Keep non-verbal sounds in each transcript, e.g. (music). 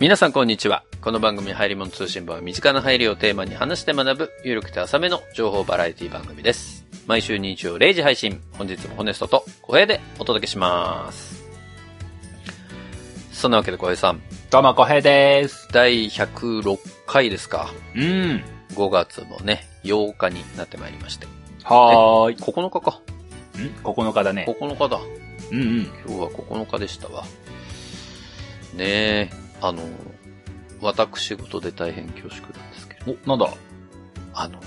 皆さんこんにちは。この番組入り物通信部は身近な入りをテーマに話して学ぶ、有力て浅めの情報バラエティ番組です。毎週日曜0時配信、本日もホネストと小平でお届けします。そんなわけで小平さん、どうも、小平です。第106回ですか。うん。 5月もね、8日になってまいりまして。はーい。 9日か。ん ?9 日だね。 9日だ。うんうん。今日は9日でしたわ。ねえ、あの、私事で大変恐縮なんですけど、お、なんだあの、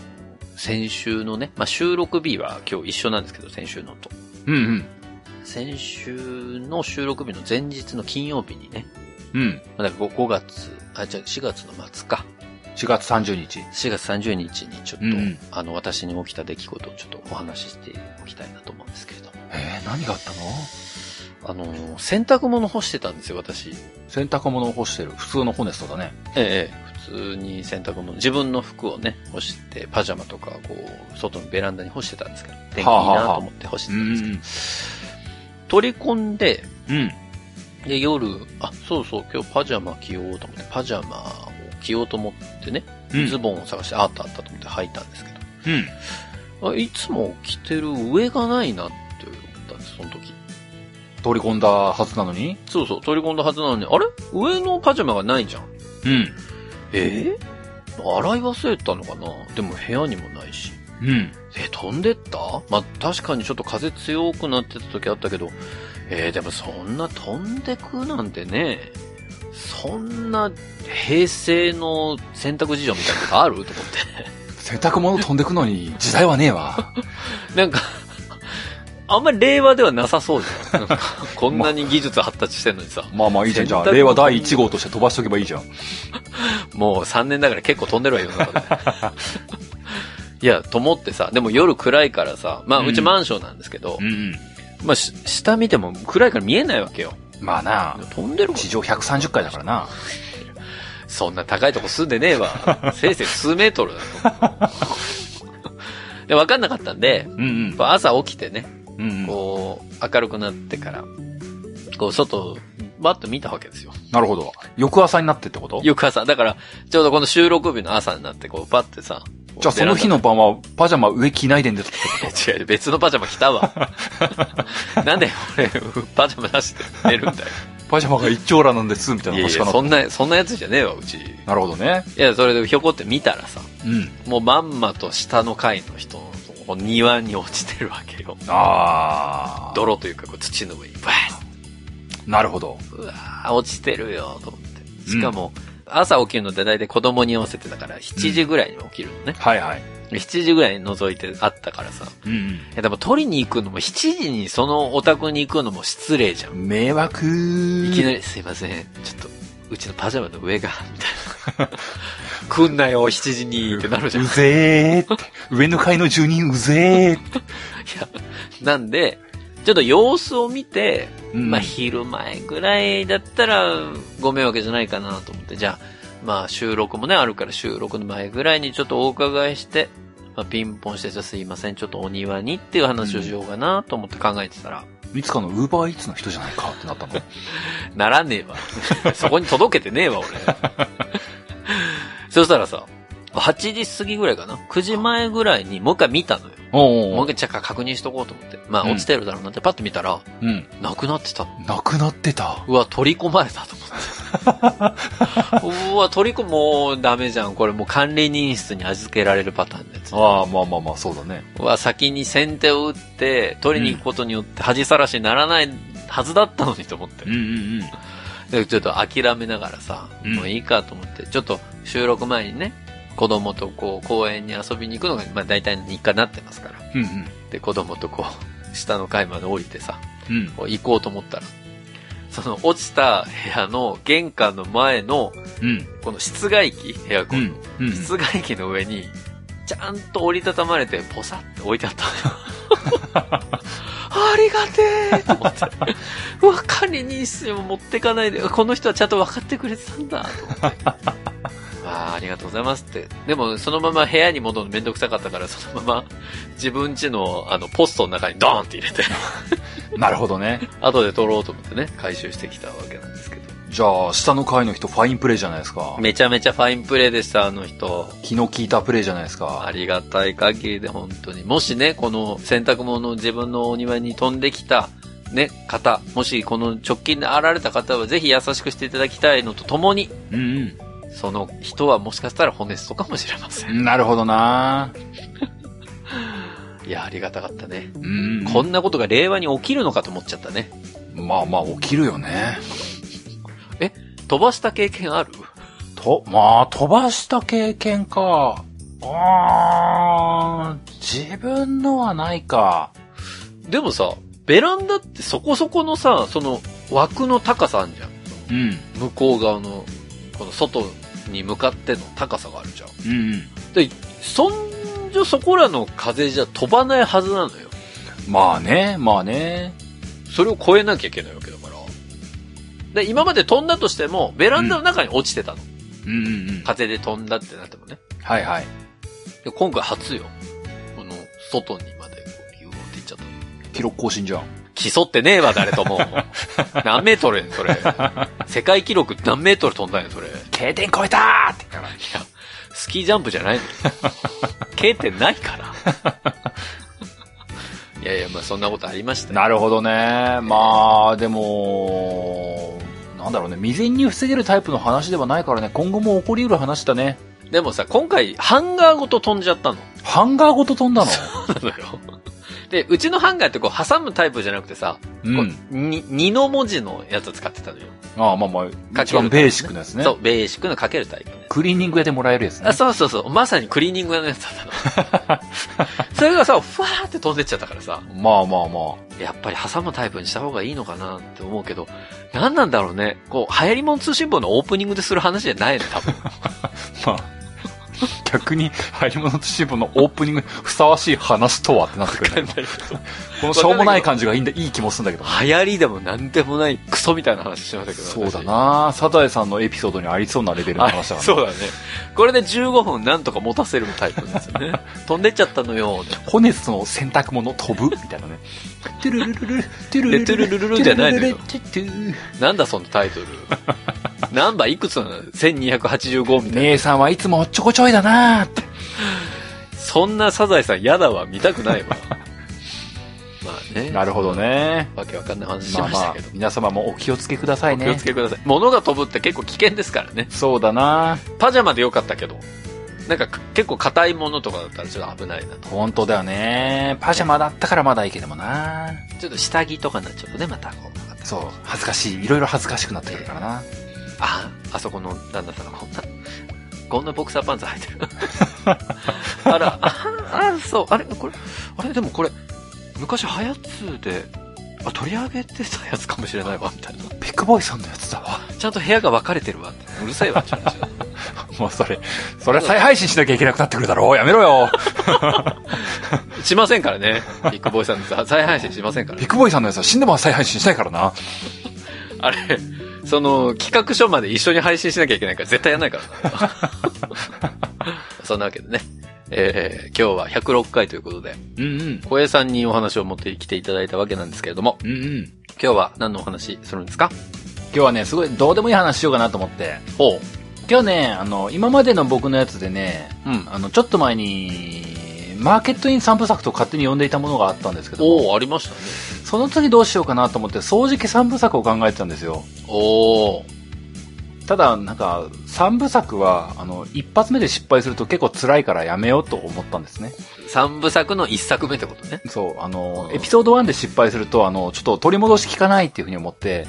先週のね、まあ、収録日は今日一緒なんですけど、先週のと。うんうん。先週の収録日の前日の金曜日にね、うん。まあ、だから 5, 月、あ、じゃあ4月の末か。 4月30日。 4月30日にちょっと、うんうんあの、私に起きた出来事をちょっとお話ししておきたいなと思うんですけれども。えー、何があったのあの、洗濯物干してたんですよ、私。洗濯物を干してる。普通のホネストだね。ええ、普通に洗濯物、自分の服をね、干して、パジャマとか、こう、外のベランダに干してたんですけど、天気いいなと思って干してたんですけど、取り込んで、うん。で、夜、あ、そうそう、今日パジャマ着ようと思って、パジャマを着ようと思ってね、うん。ズボンを探して、ああったあったと思って履いたんですけうん。ど、あいつも着てる上がないなって思ったんです、その時。取り込んだはずなのにそうそう、取り込んだはずなのに、あれ上のパジャマがないじゃん。うん。ええ洗い忘れたのかなでも部屋にもないし。うん。え、飛んでったまあ、確かにちょっと風強くなってた時あったけど、えーでもそんな飛んでくなんてね、そんな平成の洗濯事情みたいなことあると思っ洗濯物飛んでくのに時代はねえわ。て。 (laughs) なんか、あんまり令和ではなさそうじゃん。なんかこんなに技術発達してんのにさ、 (laughs) まあまあいいじゃん。じゃあ、洗濯物令和第1号として飛ばしとけばいいじゃん。もう3年だから結構飛んでるわよ、世の中でいや、と思ってさ、でも夜暗いからさ、まあ、うちうんマンションなんですけど、ん。まあ、し下見ても暗いから見えないわけよ。まあな。飛んでるか地上130回だからな。そんな高いとこ住んでねえ (laughs) わ。せいぜい数メートルだろ。で、わかんなかったんで、うんうん。朝起きてね、うんうん。こう、明るくなってから、こう、外をバッと見たわけですよ。なるほど。翌朝になってってこと翌朝、だから、ちょうどこの収録日の朝になって、こう、バッてさ、じゃあその日の晩はパジャマ上着ないで寝てたってこ (laughs) と違う、別のパジャマ着た (laughs) わ。なんで俺、パジャマ出して寝るんだよ。パジャマが一丁羅なんです、みたいいなやい話かや、な。そんな、そんなやつじゃねえわ、うち。いなるほどね。や、それでひょこって見たらさ、うん。もうまんまと下の階の人の庭に落ちてるわけよ。あ泥というかこう土の上にバーー。なるほど。ッうわー落ちてるよと思って。しかも、朝起きるのって大体子供に合わせてだから7時ぐらいに起きるのね。はいはい。 7時ぐらいに覗いてあったからさ。うんいやでも取りに行くのも7時にそのお宅に行くのも失礼じゃん。うん。迷惑いきなり。りすいません。ちょっと、うちのパジャマの上が、みたいな。 (laughs) 来んなよ、7時にってなるじゃん。ういぜーって。上の階の住人うぜーって。や、なんで、ちょっと様子を見て、うんまあ、昼前ぐらいだったら、ご迷惑じゃないかなと思って、じゃあ、まあ、収録もね、あるから収録の前ぐらいにちょっとお伺いして、まあ、ピンポンして、じゃあすいません、ちょっとお庭にっていう話をしようかなと思って考えてたら、いつかのウーバーイーツの人じゃないかってなったの。ならねえわ。そ (laughs) こに届けてねえわ、俺。 (laughs) そしたらさ、8時過ぎぐらいかな ?9 時前ぐらいにもう一回見たのよ。 (laughs) おうもうおう一回ちゃ確認しとこうと思って。まあ、うん落ちてるだろうなってパッと見たら、うん。なくなってたのなくなってた。うわ、取り込まれたと思 (laughs) って。うわ、取り込む、もうダメじゃん。これもう管理人室に預けられるパターンのやつ。ああ、まあまあまあ、そうだね。うわ、先に先手を打って、取りに行くことによって恥さらしにならないはずだったのにと思って。うんでちょっと諦めながらさ、うんもういいかと思って、ちょっと収録前にね、子供とこう公園に遊びに行くのが、まあ大体の日課になってますから。うん。うんで、子供とこう、下の階まで降りてさ、うん。うん。こう行こうと思ったら、その落ちた部屋の玄関の前の、うん。この室外機、部屋コうン、ん。うん。室外機の上に、ちゃんと折りたたまれて、ポサって置いてあったのよ。 (laughs) ありがてえと思って。うわ、管理人室にも持ってかないで、この人はちゃんと分かってくれてたん (laughs) だ、と思って。ああ、ありがとうございますって。でも、そのまま部屋に戻るのめんどくさかったから、そのまま自分家の、あの、ポストの中にドーンって入れて、なるほどね。後で取ろうと思ってね、回収してきたわけなんですけど。じゃあ、下の階の人、ファインプレーじゃないですか。めちゃめちゃファインプレーでした、あの人。気の利いたプレーじゃないですか。ありがたい限りで本当に。もしね、この洗濯物自分のお庭に飛んできた、ね、方、もしこの直近であられた方はぜひ優しくしていただきたいのとともに、うんその人はもしかしたらホネストかもしれませ。うんん。なるほどな。いや、ありがたかったね。うん。こんなことが令和に起きるのかと思っちゃったね。まあまあ、起きるよね。飛ばした経験あると、まあ、飛ばした経験か。あー、自分のはないか。でもさ、ベランダってそこそこのさ、その枠の高さあんじゃん。うん。向こう側の、この外に向かっての高さがあるじゃん。うんうん。そんじょそこらの風じゃ飛ばないはずなのよ。まあね、まあね。それを超えなきゃいけないわけだから。で、今まで飛んだとしても、ベランダの中に落ちてたの。うんうんうん。風で飛んだってなってもね。はいはい。で、今回初よ。この、外にまで、こう、ビューンっていっちゃった。記録更新じゃん。競ってねえわ、誰とも。何メートルやねん、それ。世界記録何メートル飛んだんや、それ。い K 点超えたーって言ったら。や、スキージャンプじゃないのよ。K 点ないから。いやいや、まあそんなことありましたよなるほどね。まあ、でも、なんだろうね。未然に防げるタイプの話ではないからね、今後も起こり得る話だね。でもさ、今回、ハンガーごと飛んじゃったの。ハンガーごと飛んだのそうなのよ。 (laughs) で、うちのハンガーってこう、挟むタイプじゃなくてさ、うこん。うに、二の文字のやつ使ってたのよ。ああ、まあまあ、か一けるタイプね番ベーシックなやつね。そう、ベーシックのかけるタイプね。クリーニング屋でもらえるやつねあ。そうそうそう、まさにクリーニング屋のやつだ (laughs) ったの。それがさ、ふわーって飛んでっちゃったからさ、まあまあまあ。やっぱり挟むタイプにした方がいいのかなって思うけど、なんなんだろうね。こう、流行りもん通信簿のオープニングでする話じゃないの、多 (laughs) 分。まあ、逆に、入り物と新聞のオープニングにふさわしい話とはってなってくるね。このしょうもない感じがいいんだ、いい気もするんだけど。流行りでもなんでもないクソみたいな話してましたけど。そうだ私なサザエさんのエピソードにありそうなレベルの話だから、ね、そうだね。これで15分なんとか持たせるタイプですよね。飛んでっちゃったのよ。ホネストの洗濯物飛ぶみたいなね。トゥルルルルル、トゥルでルルルル、トゥルルルルじゃないのよトゥルルルルルトゥトなんだそのタイトル。ナンバーいくつなの ?1285 みゥたいな。姉さんはいつもおっちょこちょいだなって。そんなサザエさん嫌だわ。見たくないわ。まあね。なるほど。ね。わけわかんない話しまあましまたあけど。、皆様もお気をつけくださいお気をねつ。けください。物が飛ぶって結構危険ですからね。そうだなパジャマでよかったけど。なんか結構硬いものとかだったらちょっと危ないなと。本当だよね。パジャマだったからまだいいけどもなちょっと下着とかになっちゃうとね、またこう。そう、恥ずかしい。いろいろ恥ずかしくなってくるからな。あ、あそこの旦那さんがこんな、こんなボクサーパンツ履いてる。あら、あ、あそう、あれ、これ、あれ、でもこれ、昔はやつで、あ、取り上げてたやつかもしれないわ、みたいな。ビッグボーイさんのやつだわ。 (laughs) ちゃんと部屋が分かれてるわ、みたいなうるさいわ、ちょっともうそれ、それは再配信しなきゃいけなくなってくるだろう。やめろ (laughs) よ。しませんからね。ビッグボーイさんのさ再配信しませんからビッ。グボーイさんのやつは死んでも再配信しないからな。あれ、その、企画書まで一緒に配信しなきゃいけないから絶対やんないからな。そんなわけでね。えー今日は106回ということで、うんうん。小江さんにお話を持ってきていただいたわけなんですけれども、うんうん。今日は何のお話するんですか今日はね、すごいどうでもいい話しようかなと思って。ほう。今日ね、あの、今までの僕のやつでね、うん。あの、ちょっと前に、マーケットイン散歩作と勝手に呼んでいたものがあったんですけども、おおありましたね。その次どうしようかなと思って、掃除機散歩作を考えてたんですよ。おおただなんか3部作はあの一発目で失敗すると結構辛いからやめようと思ったんですね三部作の一作目ってことね。そうあのうんエピソード1で失敗するとあのちょっと取り戻し効かないっていうふうに思って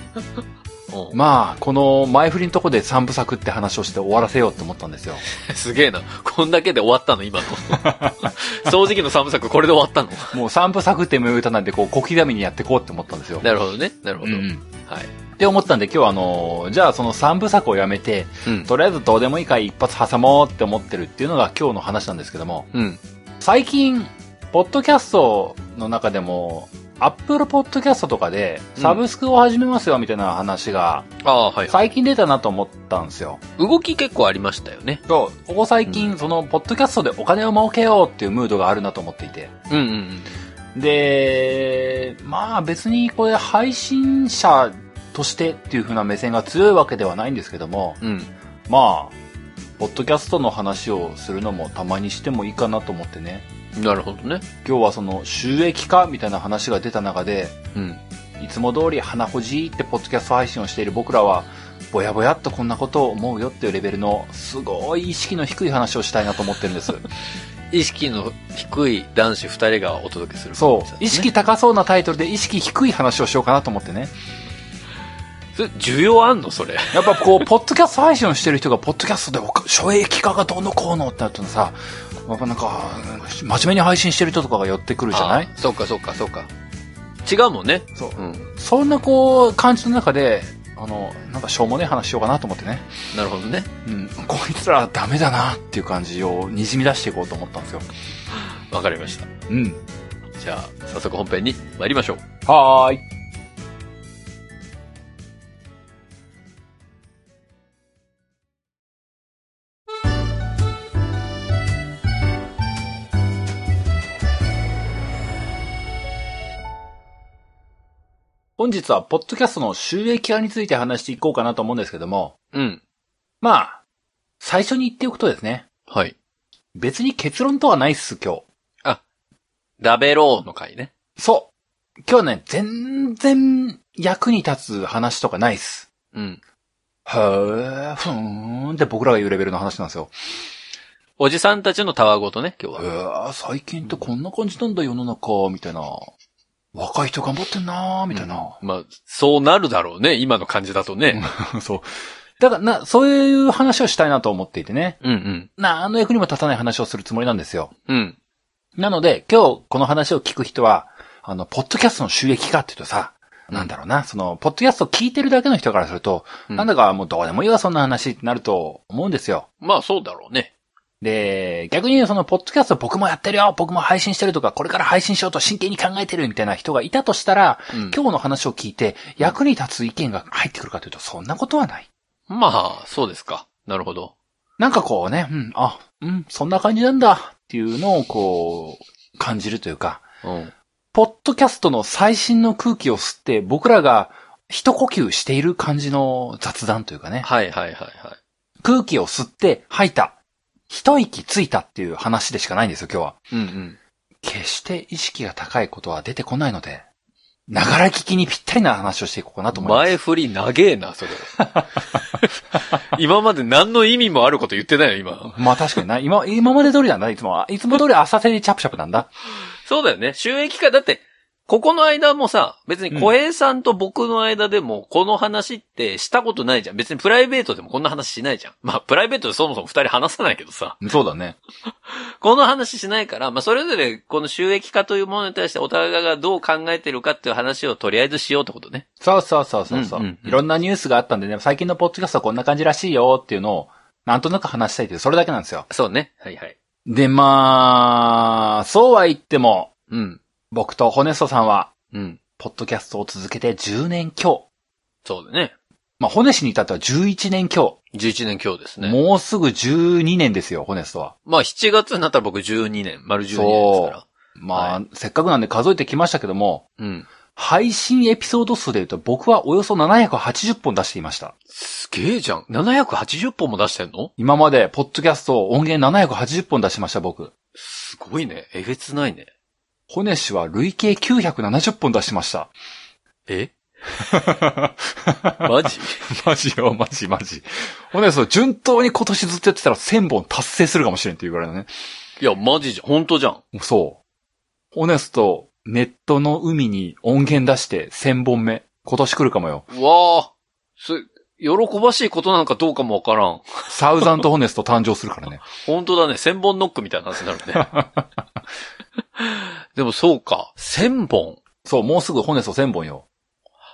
うん。まあこの前振りのとこで3部作って話をして終わらせようと思ったんですよ (laughs) すげえな。こんだけで終わったの、 (laughs) 今の。掃除機の三部作、これで終わったの。もう3部作って目を打たないでこう小刻みにやっていこうって思ったんですよなるほどね。なるほうんど。うん、はい。って思ったんで今日はあのじゃあその3部作をやめてうん。とりあえずどうでもいいから一発挟もうって思ってるっていうのが今日の話なんですけどもうん。最近、ポッドキャストの中でも、アップルポッドキャストとかで、サブスクを始めますよみたいな話が、ああ、はい。最近出たなと思ったんですよ。動き結構ありましたよね。そう、ここ最近、その、ポッドキャストでお金を儲けようっていうムードがあるなと思っていて。うんうんうん。で、まあ別にこれ配信者としてっていう風な目線が強いわけではないんですけども、うん。まあ、ポッドキャストの話をするのもたまにしてもいいかなと思ってね、なるほどね。今日はその収益化みたいな話が出た中で、うん。いつも通り花ほじーってポッドキャスト配信をしている僕らは、ぼやぼやっとこんなことを思うよっていうレベルの、すごい意識の低い話をしたいなと思ってるんです。意識の低い男子二人がお届けする、そう。意識高そうなタイトルで意識低い話をしようかなと思ってね。それ需要あんのそれ。やっぱこう、ポッドキャスト配信をしてる人が、ポッドキャストでおか、初益化がどうのこうのってなるとさ、やっぱなんか、真面目に配信してる人とかが寄ってくるじゃないあそうか、そうか、そうか。違うもんね。そううん。そんなこう、感じの中で、あの、なんかしょうもねえ話しようかなと思ってね。なるほどね。うん、こいつらダメだなっていう感じをにじみ出していこうと思ったんですよ。わかりました。うん。じゃあ、早速本編に参りましょう。はーい。本日は、ポッドキャストの収益化について話していこうかなと思うんですけども、うん。まあ、最初に言っておくとですね、はい。別に結論とはないっす、今日。ダベローの回ね。そう。今日ね、全然役に立つ話とかないっす。うん。へー、ふーんって僕らが言うレベルの話なんですよ。おじさんたちのたわごとね、今日へは。ー、最近ってこんな感じなんだ世の中、みたいな。若い人頑張ってんなー、みたいな。まあ、そうなるだろうね、今の感じだとね。 (laughs) そう。だからな、そういう話をしたいなと思っていてね。うんうん。な、あの役にも立たない話をするつもりなんですよ。うん。なので、今日この話を聞く人は、あの、ポッドキャストの収益化っていうとさ、なんだろうな、その、ポッドキャストを聞いてるだけの人からすると、うんなんだかもうどうでもいいわ、そんな話ってなると思うんですよ。まあ、そうだろうね。で、逆にその、ポッドキャスト僕もやってるよ、僕も配信してるとか、これから配信しようと真剣に考えてるみたいな人がいたとしたら、うん今日の話を聞いて役に立つ意見が入ってくるかというと、そんなことはない。まあ、そうですか。なるほど。なんかこうね、うん、あ、うん、そんな感じなんだっていうのをこう、感じるというか、うん。ポッドキャストの最新の空気を吸って、僕らが一呼吸している感じの雑談というかね、はいはいはいはい。空気を吸って吐いた、一息ついたっていう話でしかないんですよ、今日は。うんうん。決して意識が高いことは出てこないので、ながら聞きにぴったりな話をしていこうかなと思います。前振り長えな、 (laughs) それ。今まで何の意味もあること言ってないよ、今。まあ確かにな、今、今まで通りなんだ、いつもは。いつも通り浅瀬でチャプチャプなんだ。そうだよね。収益化、だって、ここの間もさ、別に小平さんと僕の間でも、この話ってしたことないじゃん。別にプライベートでもこんな話しないじゃん。まあ、プライベートでそもそも二人話さないけどさ。そうだね。この話しないから、まあ、それぞれこの収益化というものに対してお互いがどう考えてるかっていう話をとりあえずしようってことね。そうそうそうそうそう、うんうんうんいろんなニュースがあったんでね、最近のポッドキャストはこんな感じらしいよっていうのを、なんとなく話したいという、それだけなんですよ。そうね。はいはい。で、まあ、そうは言っても、うん。僕とホネストさんは、うん。ポッドキャストを続けて10年強。そうだね。まあ、ホネ氏に至っては11年強。 11年今日ですね。もうすぐ12年ですよ、ホネストは。まあ、7月になったら僕12年、丸12年ですから。まあ、せっかくなんで数えてきましたけども、うん。配信エピソード数で言うと僕はおよそ780本出していました。すげえじゃん。780本も出してんの今まで、ポッドキャストを音源780本出しました、僕。すごいね。えげつないね。ホネ氏は累計970本出しました。え (laughs) マジ (laughs) マジよ、マジマジ。ほんで、そう、順当に今年ずっとやってたら1000本達成するかもしれんっていうぐらいのね。いや、マジじゃん。本当じゃん。そう。ホネスト、ネットの海に音源出して1000本目。今年来るかもよ。うわあ。す、喜ばしいことなのかどうかもわからん。サウザンとホネスト誕生するからね。 (laughs) 本当だね。千本ノックみたいな話になるね。 (laughs) でもそうか。千本。そう、もうすぐホネスト1000本よ。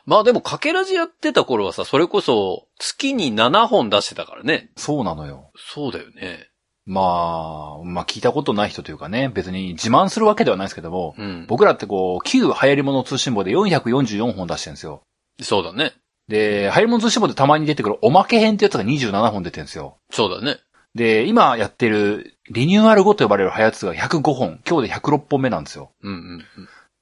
まあでも、かけらじやってた頃はさ、それこそ、月に7本出してたからね。そうなのよ。そうだよね。まあ、まあ聞いたことない人というかね、別に自慢するわけではないですけども、うん。僕らってこう、旧流行り物通信簿で444本出してるんですよ。そうだね。で、流行り物通信簿でたまに出てくるおまけ編ってやつが27本出てるんですよ。そうだね。で、今やってるリニューアル後と呼ばれるハヤツが105本、今日で106本目なんですよ。うんうんうん。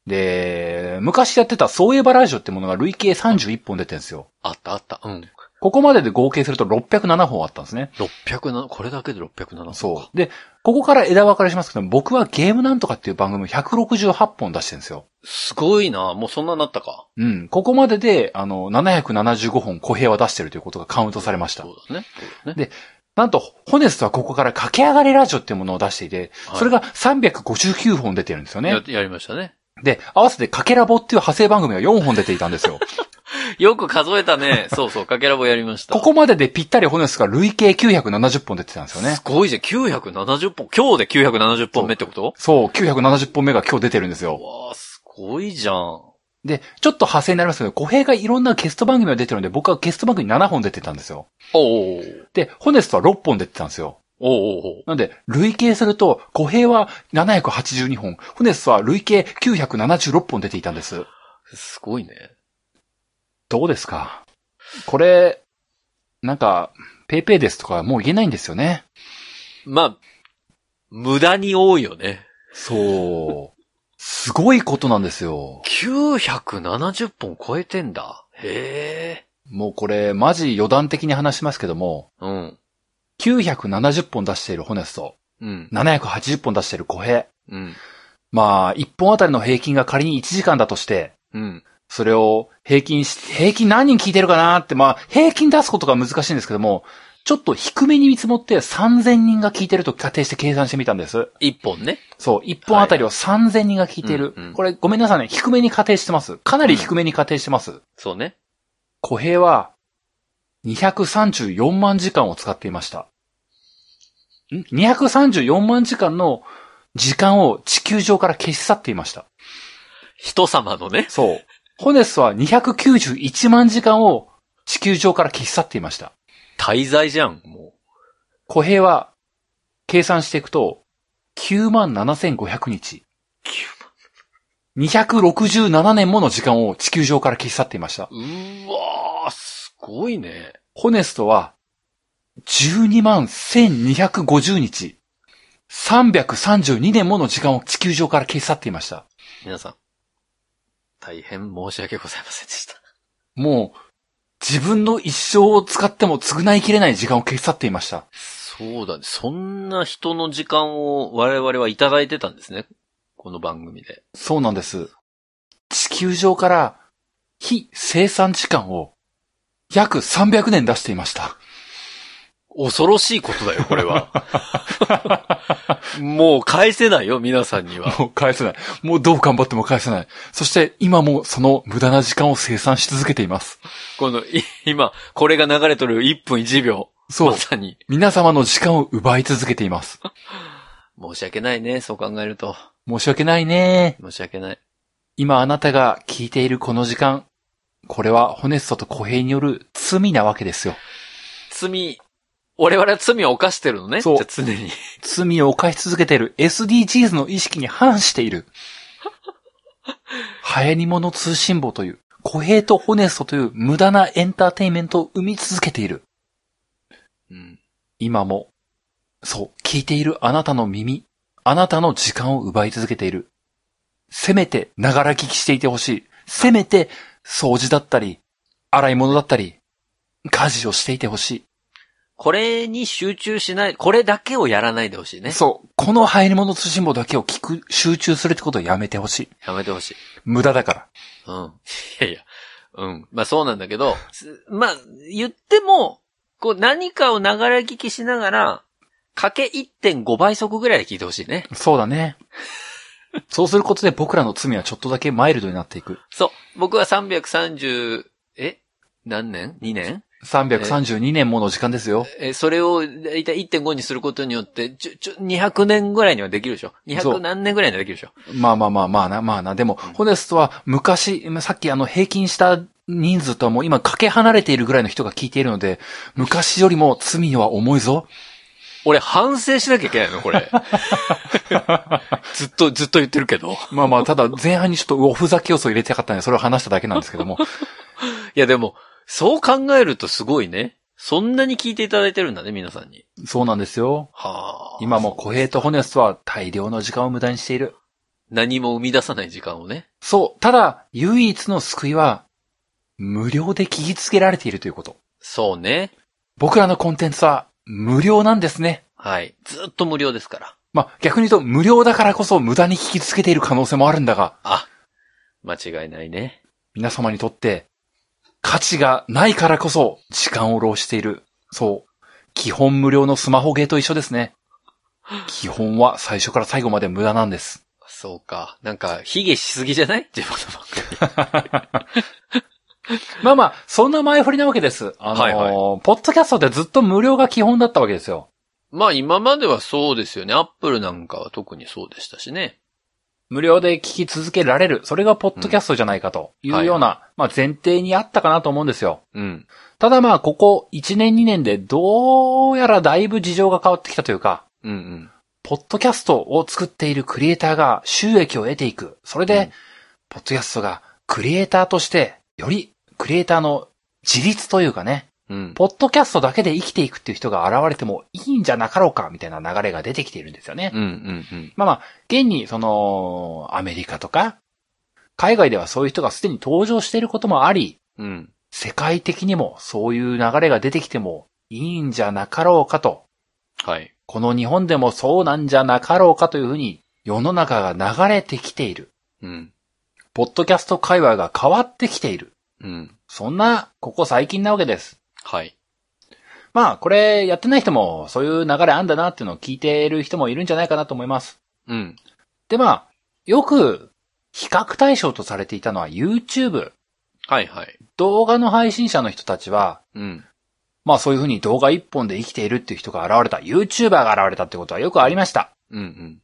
で、昔やってたそういえばラジオってものが累計31本出てるんですよ。あったあった。うん。ここまでで合計すると607本あったんですね。 600な、これだけで607そう。で、ここから枝分かれしますけど、僕はゲームなんとかっていう番組168本出してるんですよ。う。すごいな。もうそんなになったか。うん。ここまでで、あの、775本小平は出してるということがカウントされましたそ。うだね。そうだね。でなんと、ホネストはここから駆け上がれラジオっていうものを出していて、はいそれが359本出てるんですよね。や、やりましたね。で、合わせてかけらぼっていう派生番組が4本出ていたんですよ。よく数えた (laughs) ね。そう (laughs) そう、かけらぼやりました。ここまででぴったりホネストが累計970本出てたんですよねす。ごいじゃん。970本。今日で970本目ってことそう、970本目が今日出てるんですよ。わあ、すごいじゃん。で、ちょっと派生になりますけど、小平がいろんなゲスト番組が出てるんで、僕はゲスト番組7本出てたんですよ。おうおうで、ホネストは6本出てたんですよ。おうおうおうなんで、累計すると、小平は782本、ホネストは累計976本出ていたんです。すごいね。どうですかこれ、なんか、ペイペイですとかもう言えないんですよね。まあ、無駄に多いよね。そう。すごいことなんですよ。 970本超えてんだ。へえ。もうこれ、マジ余談的に話しますけども、うん。 970本出しているホネスト、うん。 780本出している小平。うん。まあ、1本あたりの平均が仮に1時間だとして、うん。それを平均し、平均何人聞いてるかなって、まあ、平均出すことが難しいんですけども、ちょっと低めに見積もって3000人が聞いてると仮定して計算してみたんです。 1本ね。そう、1本あたりを3000人が聞いてる。うんうんこれ、ごめんなさいね、低めに仮定してます。かなり低めに仮定してます。そうね。小平は、234万時間を使っていました。ん ?234 万時間の時間を地球上から消し去っていました。人様のね。そう。ホネスは291万時間を地球上から消し去っていました。滞在じゃん、も小平は、計算していくと、9万7500日。267年もの時間を地球上から消し去っていました。う。うーわー、すごいね。ホネストは、12万1250日。332年もの時間を地球上から消し去っていました。皆さん。大変申し訳ございませんでした。もう、自分の一生を使っても償いきれない時間を消し去っていました。そうだね。そんな人の時間を我々はいただいてたんですね。この番組で。そうなんです。地球上から非生産時間を約300年出していました。恐ろしいことだよ、これ (laughs) は。もう返せないよ、皆さんには。もう返せない。もうどう頑張っても返せない。そして今もその無駄な時間を生産し続けています。この、い今、これが流れとる1分1秒。そうま。さに。皆様の時間を奪い続けています。申し訳ないね、そう考えると。申し訳ないね。申し訳ない。今あなたが聞いているこの時間。これはホネストと小平による罪なわけですよ。罪、我々は罪を犯してるのね。そうじゃあ常に。罪を犯し続けている SDGs の意識に反している。流行り物通信簿という、小平とホネストという無駄なエンターテインメントを生み続けている。うん。今も、そう、聞いているあなたの耳、あなたの時間を奪い続けている。せめて、ながら聞きしていてほしい。せめて、掃除だったり、洗い物だったり、家事をしていてほしこれに集中しない、これだけをやらないでほしいい。ね。そう、この流行り物通信簿だけを聞く、集中するってことをやめてほしい。やめてほしい。無駄だから。うん。 (laughs) いやいや。うん。まあそうなんだけど、 (laughs) すまあ言っても、こう何かを流れ聞きしながら、かけ1.5倍速ぐらいで聞いてほしいね。そうだね。そうすることで僕らの罪はちょっとだけマイルドになっていく。そう。僕は330、え何年 ?2 年332年もの時間ですよ。え、それをだいたい1.5にすることによって、ちょ、ちょ、200年ぐらいにはできるでしょ。そう200何年ぐらいにはできるでしょ。まあまあまあまあな、まあな。でも、ホネストは昔、さっきあの平均した人数とはもう今かけ離れているぐらいの人が聞いているので、昔よりも罪は重いぞ。俺反省しなきゃいけないのこ (laughs) れ。ずっと、ずっと言ってるけど。まあまあ、ただ前半にちょっとおふざけ要素を入れたかったんで、それを話しただけなんですけど (laughs) も。いやでも、そう考えるとすごいね。そんなに聞いていただいてるんだね、皆さんに。そうなんですよ。はあ。今も小平とホネストは大量の時間を無駄にしている。何も生み出さない時間をね。そう。ただ、唯一の救いは、無料で聞きつけられているということ。そうね。僕らのコンテンツは、無料なんですね。はい。ずっと無料ですから。まあ、逆に言うと、無料だからこそ無駄に聞きつけている可能性もあるんだが、あ、間違いないね。皆様にとって、価値がないからこそ、時間を浪している。そう。基本無料のスマホゲーと一緒ですね。基本は最初から最後まで無駄なんです。そうか。なんか、卑下しすぎじゃない自分の番組。まあまあ、そんな前振りなわけです。あのーはいはいポッドキャストってずっと無料が基本だったわけですよ。まあ今まではそうですよね。アップルなんかは特にそうでしたしね。無料で聞き続けられる。それがポッドキャストじゃないかというんはういような、まあ前提にあったかなと思うんですよ。うん。ただまあ、ここ1年2年でどうやらだいぶ事情が変わってきたというか、うんうん。ポッドキャストを作っているクリエイターが収益を得ていく。それで、うんポッドキャストがクリエイターとして、よりクリエイターの自立というかね、うん。ポッドキャストだけで生きていくっていう人が現れてもいいんじゃなかろうか、みたいな流れが出てきているんですよね。うんうんうん。まあまあ、現に、その、アメリカとか、海外ではそういう人がすでに登場していることもあり、うん。世界的にもそういう流れが出てきてもいいんじゃなかろうかと、はい。この日本でもそうなんじゃなかろうかというふうに、世の中が流れてきている。うん。ポッドキャスト界隈が変わってきている。うん。そんな、ここ最近なわけです。はい。まあ、これ、やってない人も、そういう流れあんだなっていうのを聞いている人もいるんじゃないかなと思います。うん。で、まあ、よく、比較対象とされていたのは YouTube。はいはい。動画の配信者の人たちは、うん。まあそういうふうに動画一本で生きているっていう人が現れた、YouTuber が現れたってことはよくありました。うん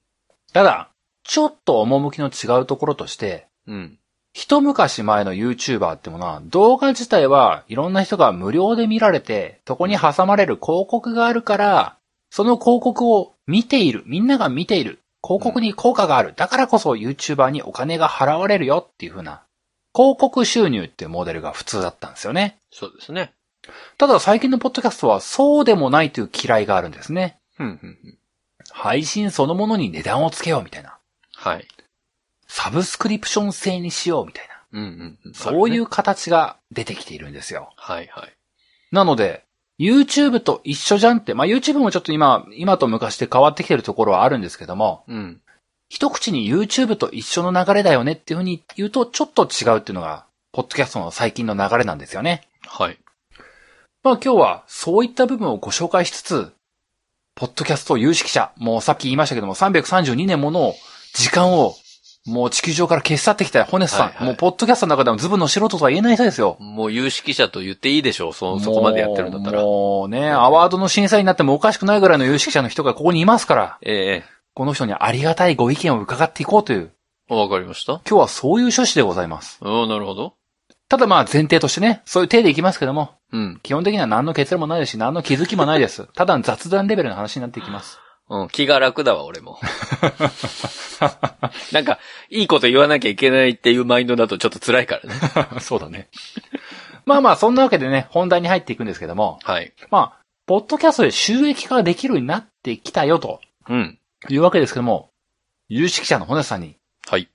ただ、ちょっと趣の違うところとして、うん。うん。一昔前の YouTuber ってものは、動画自体はいろんな人が無料で見られて、そこに挟まれる広告があるから、その広告を見ている、みんなが見ている、広告に効果がある、だからこそ YouTuber にお金が払われるよっていう風な、広告収入っていうモデルが普通だったんですよね。そうですね。ただ最近のポッドキャストはそうでもないという嫌いがあるんですね。うんうんうん。配信そのものに値段をつけようみたいな。はい。サブスクリプション制にしようみたいな。うんうんうん。そういあるね。う形が出てきているんですよ。はいはい。なので、YouTube と一緒じゃんって、まあ、YouTube もちょっと今、今と昔で変わってきてるところはあるんですけども、うん。一口に YouTube と一緒の流れだよねっていうふうに言うとちょっと違うっていうのが、ポッドキャストの最近の流れなんですよね。はい。まあ今日はそういった部分をご紹介しつつ、ポッドキャスト有識者、もうさっき言いましたけども、332年もの時間を、もう地球上から消し去ってきたホネスさん、はいはいもうポッドキャストの中でもズブの素人とは言えない人ですよ。もう有識者と言っていいでしょう。そ、そこまでやってるんだったら。もうもうね、アワードの審査員になってもおかしくないぐらいの有識者の人がここにいますから、ええこの人にありがたいご意見を伺っていこうという、わかりました。今日はそういう趣旨でございます。おなるほど。ただまあ前提としてね、そういう手でいきますけども、うん。基本的には何の結論もないですし、何の気づきもないです。ただの雑談レベルの話になっていき (laughs) ます。うん。気が楽だわ、俺 (laughs) も。なんか、いいこと言わなきゃいけないっていうマインドだとちょっと辛いから (laughs) ね。そうだね。まあまあ、そんなわけでね、本題に入っていくんですけども、はい。まあ、ポッドキャストで収益化ができるようになってきたよとうん。いうわけですけども、有識者のホネさんにはい。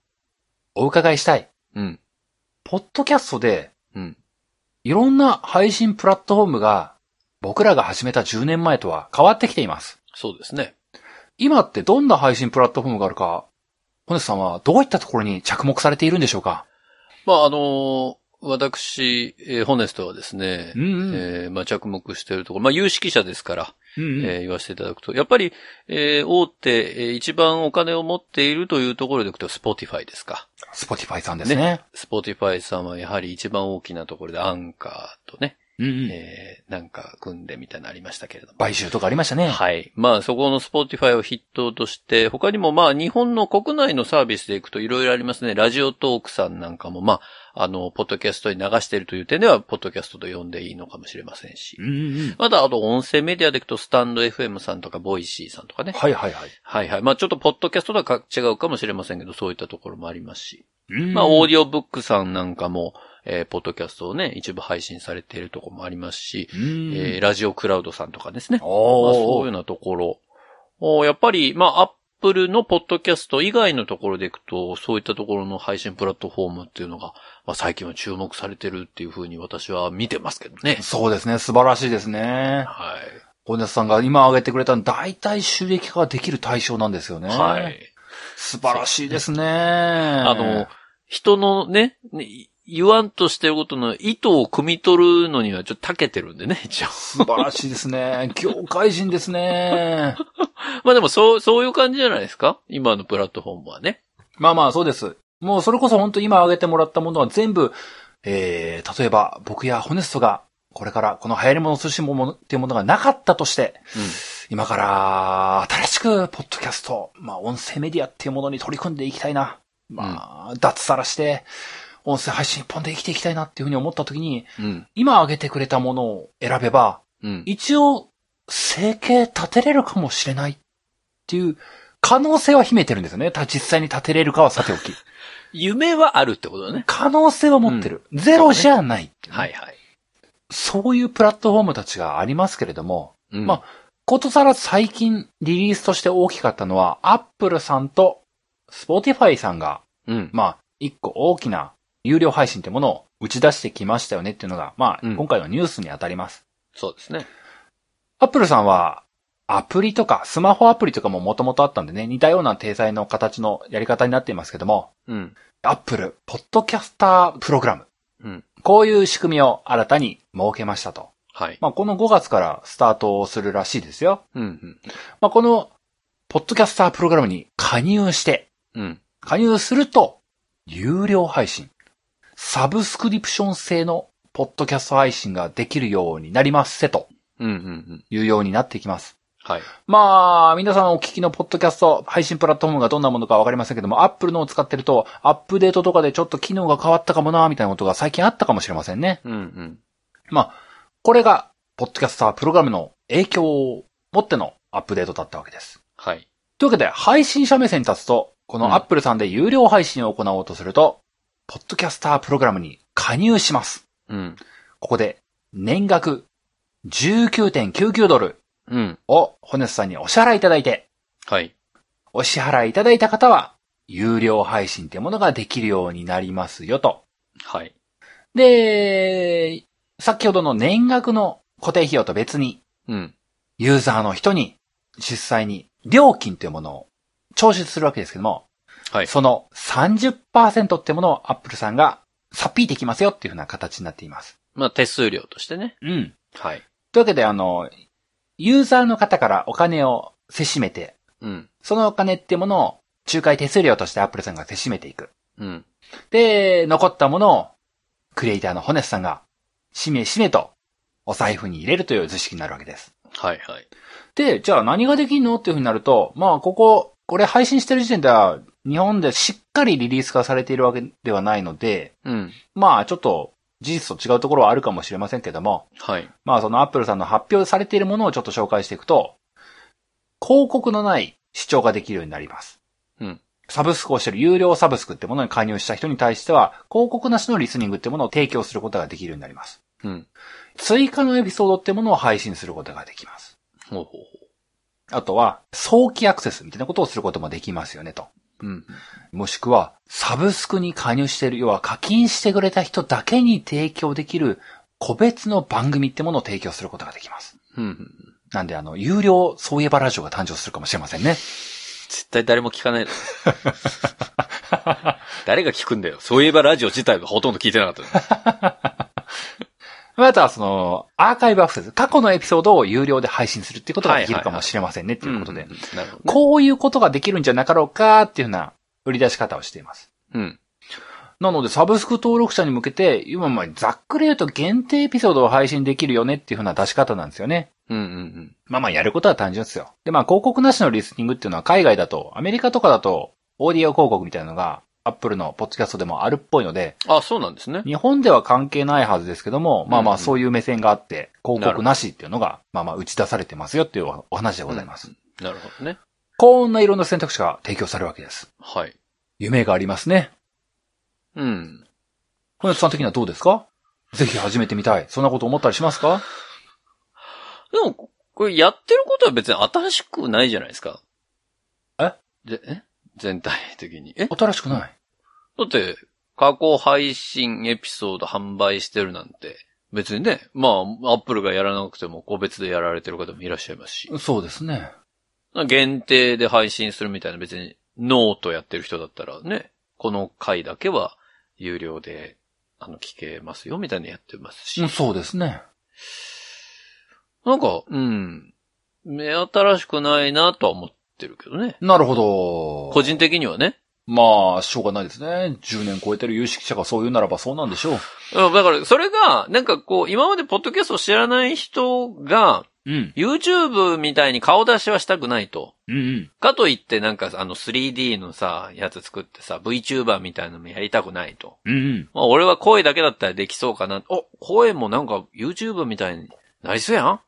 お伺いしたい。うん。ポッドキャストで、うん。いろんな配信プラットフォームが、僕らが始めた10年前とは変わってきています。そうですね。今ってどんな配信プラットフォームがあるか、ホネスさんはどういったところに着目されているんでしょうかまあ、あのー私、えーホネストはですね、んうんえーまあ、着目しているところ、まあ、有識者ですから、うんうんえー言わせていただくと、やっぱり、えー大手、えー一番お金を持っているというところでいくと、スポティファイですか。スポティファイさんですね。スポティファイさんはやはり一番大きなところで、アンカーとね、うんうんえーなんか組んでみたいなのありましたけれども。買収とかありましたね。はい。まあ、そこのスポーティファイを筆頭として、他にもまあ、日本の国内のサービスでいくといろいろありますね。ラジオトークさんなんかも、まあ、あの、ポッドキャストに流しているという点では、ポッドキャストと呼んでいいのかもしれませんしう。んうんうんまだ、あと、音声メディアでいくと、スタンド FM さんとか、ボイシーさんとかね。はいはいはい。はいはい。まあ、ちょっと、ポッドキャストとはか違うかもしれませんけど、そういったところもありますし。まあ、オーデディオブックさんなんかも、えーポッドキャストをね、一部配信されているところもありますし、えィーラジオクラウドさんとかですね。まあ、そういうよおーうなところ。おやっぱり、まあ、アップルのポッドキャスト以外のところでいくと、そういったところの配信プラットフォームっていうのが、まあ、最近は注目されてるっていうふうに私は見てますけどね。そうですね。素晴らしいですね。は小根さんが今挙げてくれた大体収益化ができる対象なんですよい。ね。はい。。素晴らしいですね。ああの、、人のね、ね言わんとしてることの意図を汲み取るのにはちょっと長けてるんでね、 (laughs) 一応。素晴らしいですね。業界人ですね。まあでもそう、そういう感じじゃないですか今のプラットフォームはね。まあまあ、そうです。もうそれこそ本当今挙げてもらったものは全部、えー、例えば僕やホネストがこれからこの流行り物寿司ものっていうものがなかったとして、うん今から新しくポッドキャスト、まあ音声メディアっていうものに取り組んでいきたいな。まあ、脱サラして、音声配信一本で生きていきたいなっていうふうに思った時に、うん。今挙げてくれたものを選べば、うん。一応、生計立てれるかもしれないっていう可能性は秘めてるんですよね。た実際に立てれるかはさておき。夢はあるってことだね。可能性は持ってる。ゼロじゃない、はいはい。そういうプラットフォームたちがありますけれども、うんまあことさら最近リリースとして大きかったのは、アップルさんとスポーティファイさんが、うん。まあ、一個大きな有料配信ってものを打ち出してきましたよねっていうのが、まあ、うん今回のニュースにあたります。そうですね。アップルさんは、アプリとか、スマホアプリとかももともとあったんでね、似たような体裁の形のやり方になっていますけども、うん。アップル、ポッドキャスタープログラム。うんこういう仕組みを新たに設けましたと。はい。まあ、この5月からスタートをするらしいですよ。うん。まあ、この、ポッドキャスタープログラムに加入して、うん。加入すると、有料配信、サブスクリプション制のポッドキャスト配信ができるようになりますせとうん。うん。うん。いうようになってきます。はい。まあ、皆さんお聞きのポッドキャスト、配信プラットフォームがどんなものかわかりませんけども、Apple のを使ってると、アップデートとかでちょっと機能が変わったかもな、みたいなことが最近あったかもしれませんね。うん。うん。これが、ポッドキャスタープログラムの影響を持ってのアップデートだったわけです。はい。というわけで、配信者目線に立つと、こうんの Apple さんで有料配信を行おうとすると、ポッドキャスタープログラムに加入します。うん。ここで、年額19.99ドルうん。をホネスさんにお支払いいただいて、はい。お支払いいただいた方は、有料配信ってものができるようになりますよと。はい。で、先ほどの年額の固定費用と別に、うん。ユーザーの人に実際に料金というものを徴収するわけですけども、はいその30%ってものを Apple さんがさっぴいてきますよっていうふうな形になっています。まあ、手数料としてね。うん。はい。というわけで、あの、ユーザーの方からお金をせしめて、うん。そのお金ってものを仲介手数料として Apple さんがせしめていく。うん。で、残ったものを、クリエイターのホネスさんが、しめしめと、お財布に入れるという図式になるわけです。はいはい。で、じゃあ何ができるのっていうふうになると、まあここ、これ配信してる時点では、日本でしっかりリリース化されているわけではないので、うん。まあちょっと、事実と違うところはあるかもしれませんけども、はい。まあそのアップルさんの発表されているものをちょっと紹介していくと、広告のない視聴ができるようになります。うん。サブスクをしてる有料サブスクってものに加入した人に対しては、広告なしのリスニングってものを提供することができるようになります。うん。追加のエピソードってものを配信することができます。ほうほうほあとは、早期アクセスみたいなことをすることもできますよねと。う。うん。もしくは、サブスクに加入している、要は課金してくれた人だけに提供できる個別の番組ってものを提供することができます。うん。なんで、あの、有料そういえばラジオが誕生するかもしれませんね。絶対誰も聞かないだろ。 (laughs) 誰が聞くんだよ。そういえばラジオ自体がほとんど聞いてなか (laughs) ったね。あとはその、アーカイブアクセス、過去のエピソードを有料で配信するっていうことができるかもしれませんねっていうことで、んなるほどね。こういうことができるんじゃなかろうかっていうふうな売り出し方をしています。うん。なので、サブスク登録者に向けて、今、まあ、ざっくり言うと限定エピソードを配信できるよねっていうふうな出し方なんですよね。うんうんまあまあ、やることは単純ですよ。で、まあ、広告なしのリスニングっていうのは海外だと、アメリカとかだと、オーディオ広告みたいなのが、アップルのポッドキャストでもあるっぽいので、うん。あ、そうなんですね。 (laughs) 日本では関係ないはずですけども、まあまうあんうんそういう目線があって、広告なしっていうのが、まあまあ打ち出されてますよっていうお話でございます。なるほどね。こんないろんな選択肢が提供されるわけです。はい。夢がありますね。うん。小夏さん的にはどうですかぜひ始めてみたい。そんなこと思ったりしますかでも、これやってることは別に新しくないじゃないですか。えで、え全体的に。えだ新しくないって、過去配信エピソード販売してるなんて、別にね、まあ、アップルがやらなくても個別でやられてる方もいらっしゃいますし、そうですね。限定で配信するみたいな別にノートやってる人だったらね、この回だけは有料で、あの、聞けますよみたいなのやってますしうん、そうですね。なんか、うん、目新しくないなとは思ってるけどね。なるほど。個人的にはね。まあ、しょうがないですね。10年超えてる有識者がそう言うならばそうなんでしょう。うん、だから、それが、なんかこう、今までポッドキャストを知らない人が、うん。 YouTube みたいに顔出しはしたくないと。うんうん。かといって、なんかあの 3D のさ、やつ作ってさ、VTuber みたいなのもやりたくないと。うんうん。まあ、俺は声だけだったらできそうかな。お、声もなんか YouTube みたいになりそうやん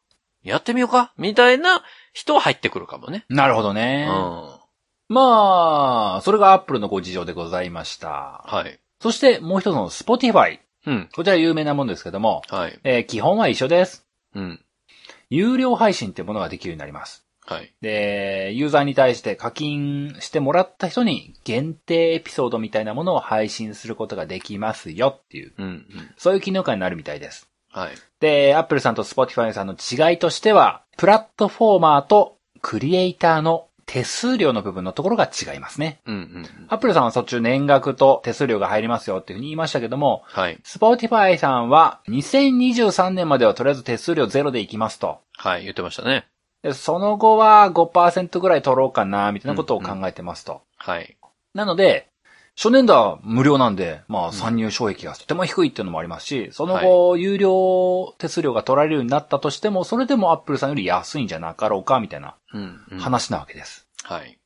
やってみようかみたいな人は入ってくるかもね。なるほどうねん。。はまあ、それがアップルのご事情でございました。い。そしてもう一つの Spotify。うん。こちら有名なもんですけども、はい。えー基本は一緒です。うん。有料配信ってものができるようになります。はい。で、ユーザーに対して課金してもらった人に限定エピソードみたいなものを配信することができますよっていう、うん。うん。そういう機能感になるみたいです。はい。で、Apple さんと Spotify さんの違いとしては、プラットフォーマーとクリエイターの手数料の部分のところが違いますね。うん。うん。 Apple さんはそっち年額と手数料が入りますよっていうふうに言いましたけども、はい。 Spotify さんは2023年まではとりあえず手数料ゼロでいきますと。はい。言ってましたね。でその後は5%ぐらい取ろうかな、みたいなことを考えてますと。はい。なので、初年度は無料なんで、まうんあ参入障壁がとても低いっていうのもありますし、その後、有料手数料が取られるようになったとしても、それでもアップルさんより安いんじゃなかろうか、みたいなうん。うん。話なわけです。はい。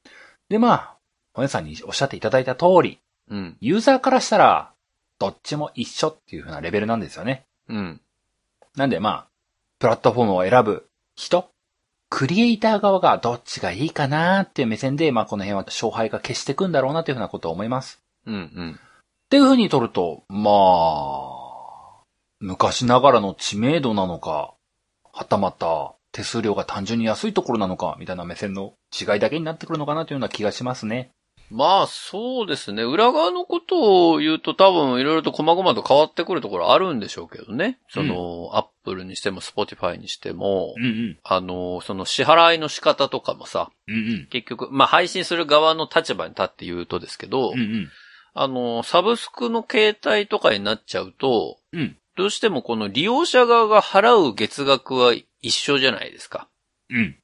で、まあ、お姉さんにおっしゃっていただいた通り、うん。ユーザーからしたら、どっちも一緒っていう風なレベルなんですよね。うん。なんでまあ、プラットフォームを選ぶ人、クリエイター側がどっちがいいかなっていう目線で、まあこの辺は勝敗が消していくんだろうなというふうなことを思います。うん。うん。っていう風に取ると、まあ、昔ながらの知名度なのか、はたまた手数料が単純に安いところなのか、みたいな目線の違いだけになってくるのかなというような気がしますね。まあ、そうですね。裏側のことを言うと多分いろいろと細々と変わってくるところあるんでしょうけどね。その、アップルにしても、スポティファイにしても、んうん。あの、その支払いの仕方とかもさ、うん結局、まあ配信する側の立場に立って言うとですけど、ん。あの、サブスクの携帯とかになっちゃうと、うんどうしてもこの利用者側が払う月額は一緒じゃないですか。うん。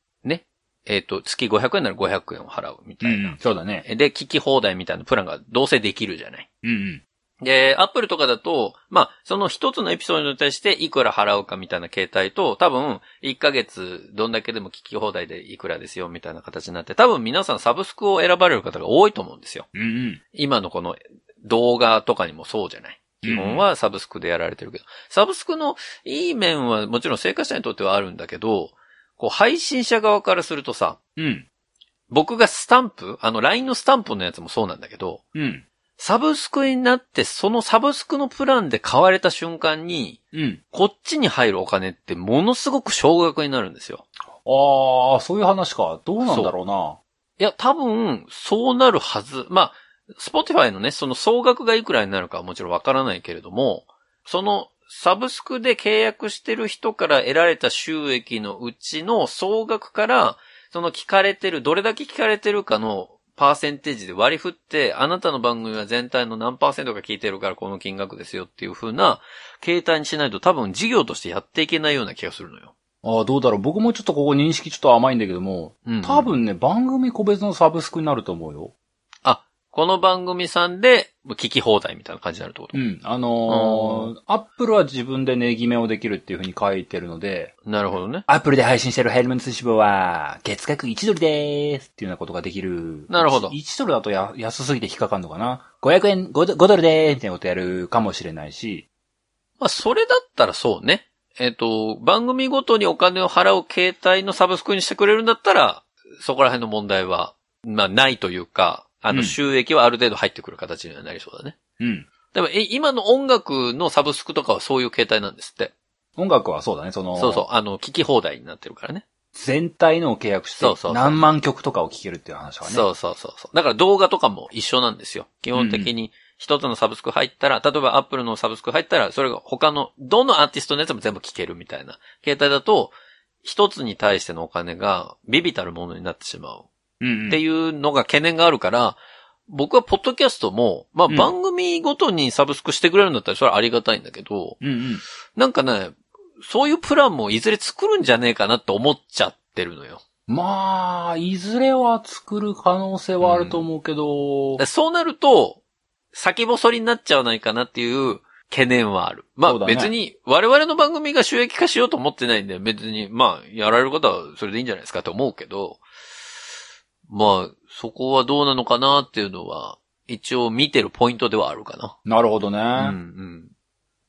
えっ、と、月500円なら500円を払うみたいな。そうだね。で、聞き放題みたいなプランがどうせできるじゃない。うんうん。で、アップルとかだと、まあ、その一つのエピソードに対していくら払うかみたいな形態と、多分、1ヶ月どんだけでも聞き放題でいくらですよみたいな形になって、多分皆さんサブスクを選ばれる方が多いと思うんですよ。うんうん。今のこの動画とかにもそうじゃない。基本はサブスクでやられてるけど、サブスクのいい面はもちろん生活者にとってはあるんだけど、こう配信者側からするとさ、うん。僕がスタンプ、あの LINE のスタンプのやつもそうなんだけど、うん。サブスクになって、そのサブスクのプランで買われた瞬間に、うん。こっちに入るお金ってものすごく少額になるんですよ。ああ、そういう話か。どうなんだろうないや、多分、そうなるはず。まあ、スポティファイのね、その総額がいくらになるかはもちろんわからないけれども、そのサブスクで契約してる人から得られた収益のうちの総額から、その聞かれてる、どれだけ聞かれてるかのパーセンテージで割り振って、あなたの番組は全体の何パーセントが聞いてるからこの金額ですよっていう風な、携帯にしないと多分事業としてやっていけないような気がするのよ。ああ、どうだろう。僕もちょっとここ認識ちょっと甘いんだけども、うん多分ね、番組個別のサブスクになると思うよ。あ、この番組さんで聞き放題みたいな感じになるってことうん。あのー、アップルは自分で値決めをできるっていうふうに書いてるので、なるほどね。アップルで配信してるヘルメンツ支部は、月額1ドルでーすっていうようなことができる。なるほど 1, ドルだとや安すぎて引っかかるのかな。500円5ド、5ドルでーすみたいなことやるかもしれないし。まあ、それだったらそうね。えっ、と、番組ごとにお金を払う携帯のサブスクにしてくれるんだったら、そこら辺の問題は、まあ、ないというか、あうの、ん収益はある程度入ってくる形にはなりそうだね。うん。でも、え、今の音楽のサブスクとかはそういう形態なんですって。音楽はそうだね、その、そうそう、あの、聞き放題になってるからね。全体のを契約してそうそうそう何万曲とかを聴けるっていう話はね。そうそうそうそう。だから動画とかも一緒なんですよ。基本的に一つのサブスク入ったら、例えばアップルのサブスク入ったら、それが他の、どのアーティストのやつも全部聴けるみたいな。携帯だと、一つに対してのお金がビビたるものになってしまう。うんうん。っていうのが懸念があるから、僕はポッドキャストも、まあうん番組ごとにサブスクしてくれるんだったらそれはありがたいんだけど、うんうん。なんかね、そういうプランもいずれ作るんじゃねえかなって思っちゃってるのよ。まあ、いずれは作る可能性はあると思うけど、だからそうなると、先細りになっちゃわないかなっていう懸念はある。まそあうだね別に我々の番組が収益化しようと思ってないんで別にまあやられる方はそれでいいんじゃないですかと思うけど、まあそこはどうなのかなっていうのは一応見てるポイントではあるかな。なるほどね。うん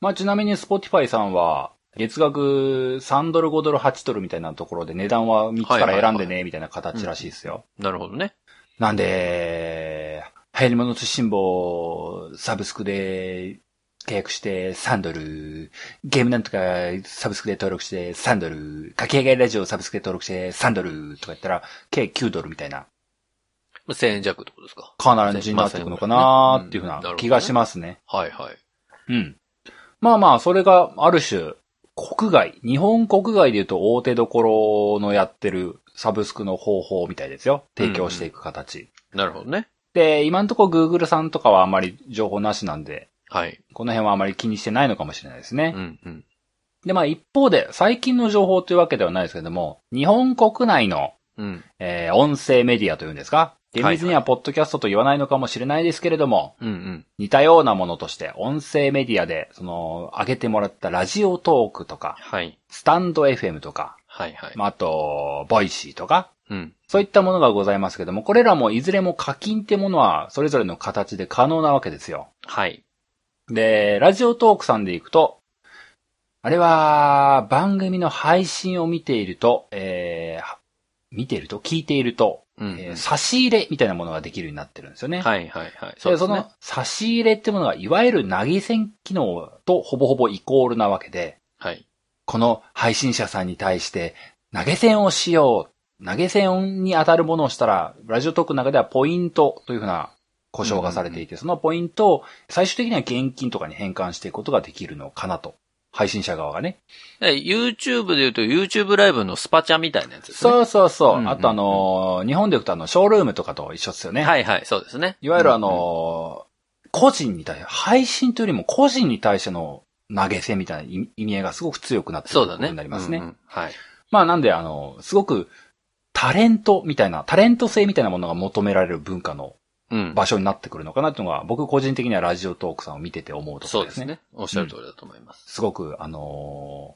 まあちなみに Spotify さんは、月額3ドル、5ドル、8ドルみたいなところで値段は3つから選んではいはいね、みたいな形らしいですよ。うん。なるほどね。なんで、流行り物通信簿、サブスクで契約して3ドル、ゲームなんとかサブスクで登録して3ドル、かき上げラジオサブスクで登録して3ドルとか言ったら、計9ドルみたいなまあ1000円弱ってことですか。感じになっていくのかなっていうふうな気がしますね。はいはい。うん。まあまあ、それがある種、国外、日本国外で言うと大手どころのやってるサブスクの方法みたいですよ。提供していく形。なるほどね。で、今んとこ Google さんとかはあまり情報なしなんで、はい。この辺はあまり気にしてないのかもしれないですうね。んうん。で、まあ一方で、最近の情報というわけではないですけども、日本国内の、うん。えー音声メディアというんですか厳密にはポッドキャストと言わないのかもしれないですけれども、うんうん。似たようなものとして、音声メディアで、その、上げてもらったラジオトークとか、はい。スタンド FM とか、はいはい。まああと、ボイシーとか、うん。そういったものがございますけども、これらもいずれも課金ってものは、それぞれの形で可能なわけですよ。はい。で、ラジオトークさんで行くと、あれは、番組の配信を見ていると、えー見ていると聞いていると、うんうん、えー差し入れみたいなものができるようになってるんですよね。はいはいはい。そその差し入れってものが、いわゆる投げ銭機能とほぼほぼイコールなわけで、はい。この配信者さんに対して、投げ銭をしよう。投げ銭に当たるものをしたら、ラジオトークの中ではポイントというふうな故障がされていて、そのポイントを最終的には現金とかに変換していくことができるのかなと。配信者側がね。で YouTube で言うと YouTube ライブのスパチャみたいなやつですね。そうそうそう。うんうんうんあとあのー日本で言うとあの、ショールームとかと一緒ですよね。はいはい、そうですね。いわゆるあのー個人に対して、配信というよりも個人に対しての投げ銭みたいな意意味合いがすごく強くなってそうくるだことね。になりますね。うんうんはい。まあなんで、あのーすごくタレントみたいな、タレント性みたいなものが求められる文化のうん。場所になってくるのかなというのが、僕個人的にはラジオトークさんを見てて思うとこそろうでですすね。ね。おっしゃる通りだと思います。すごく、あの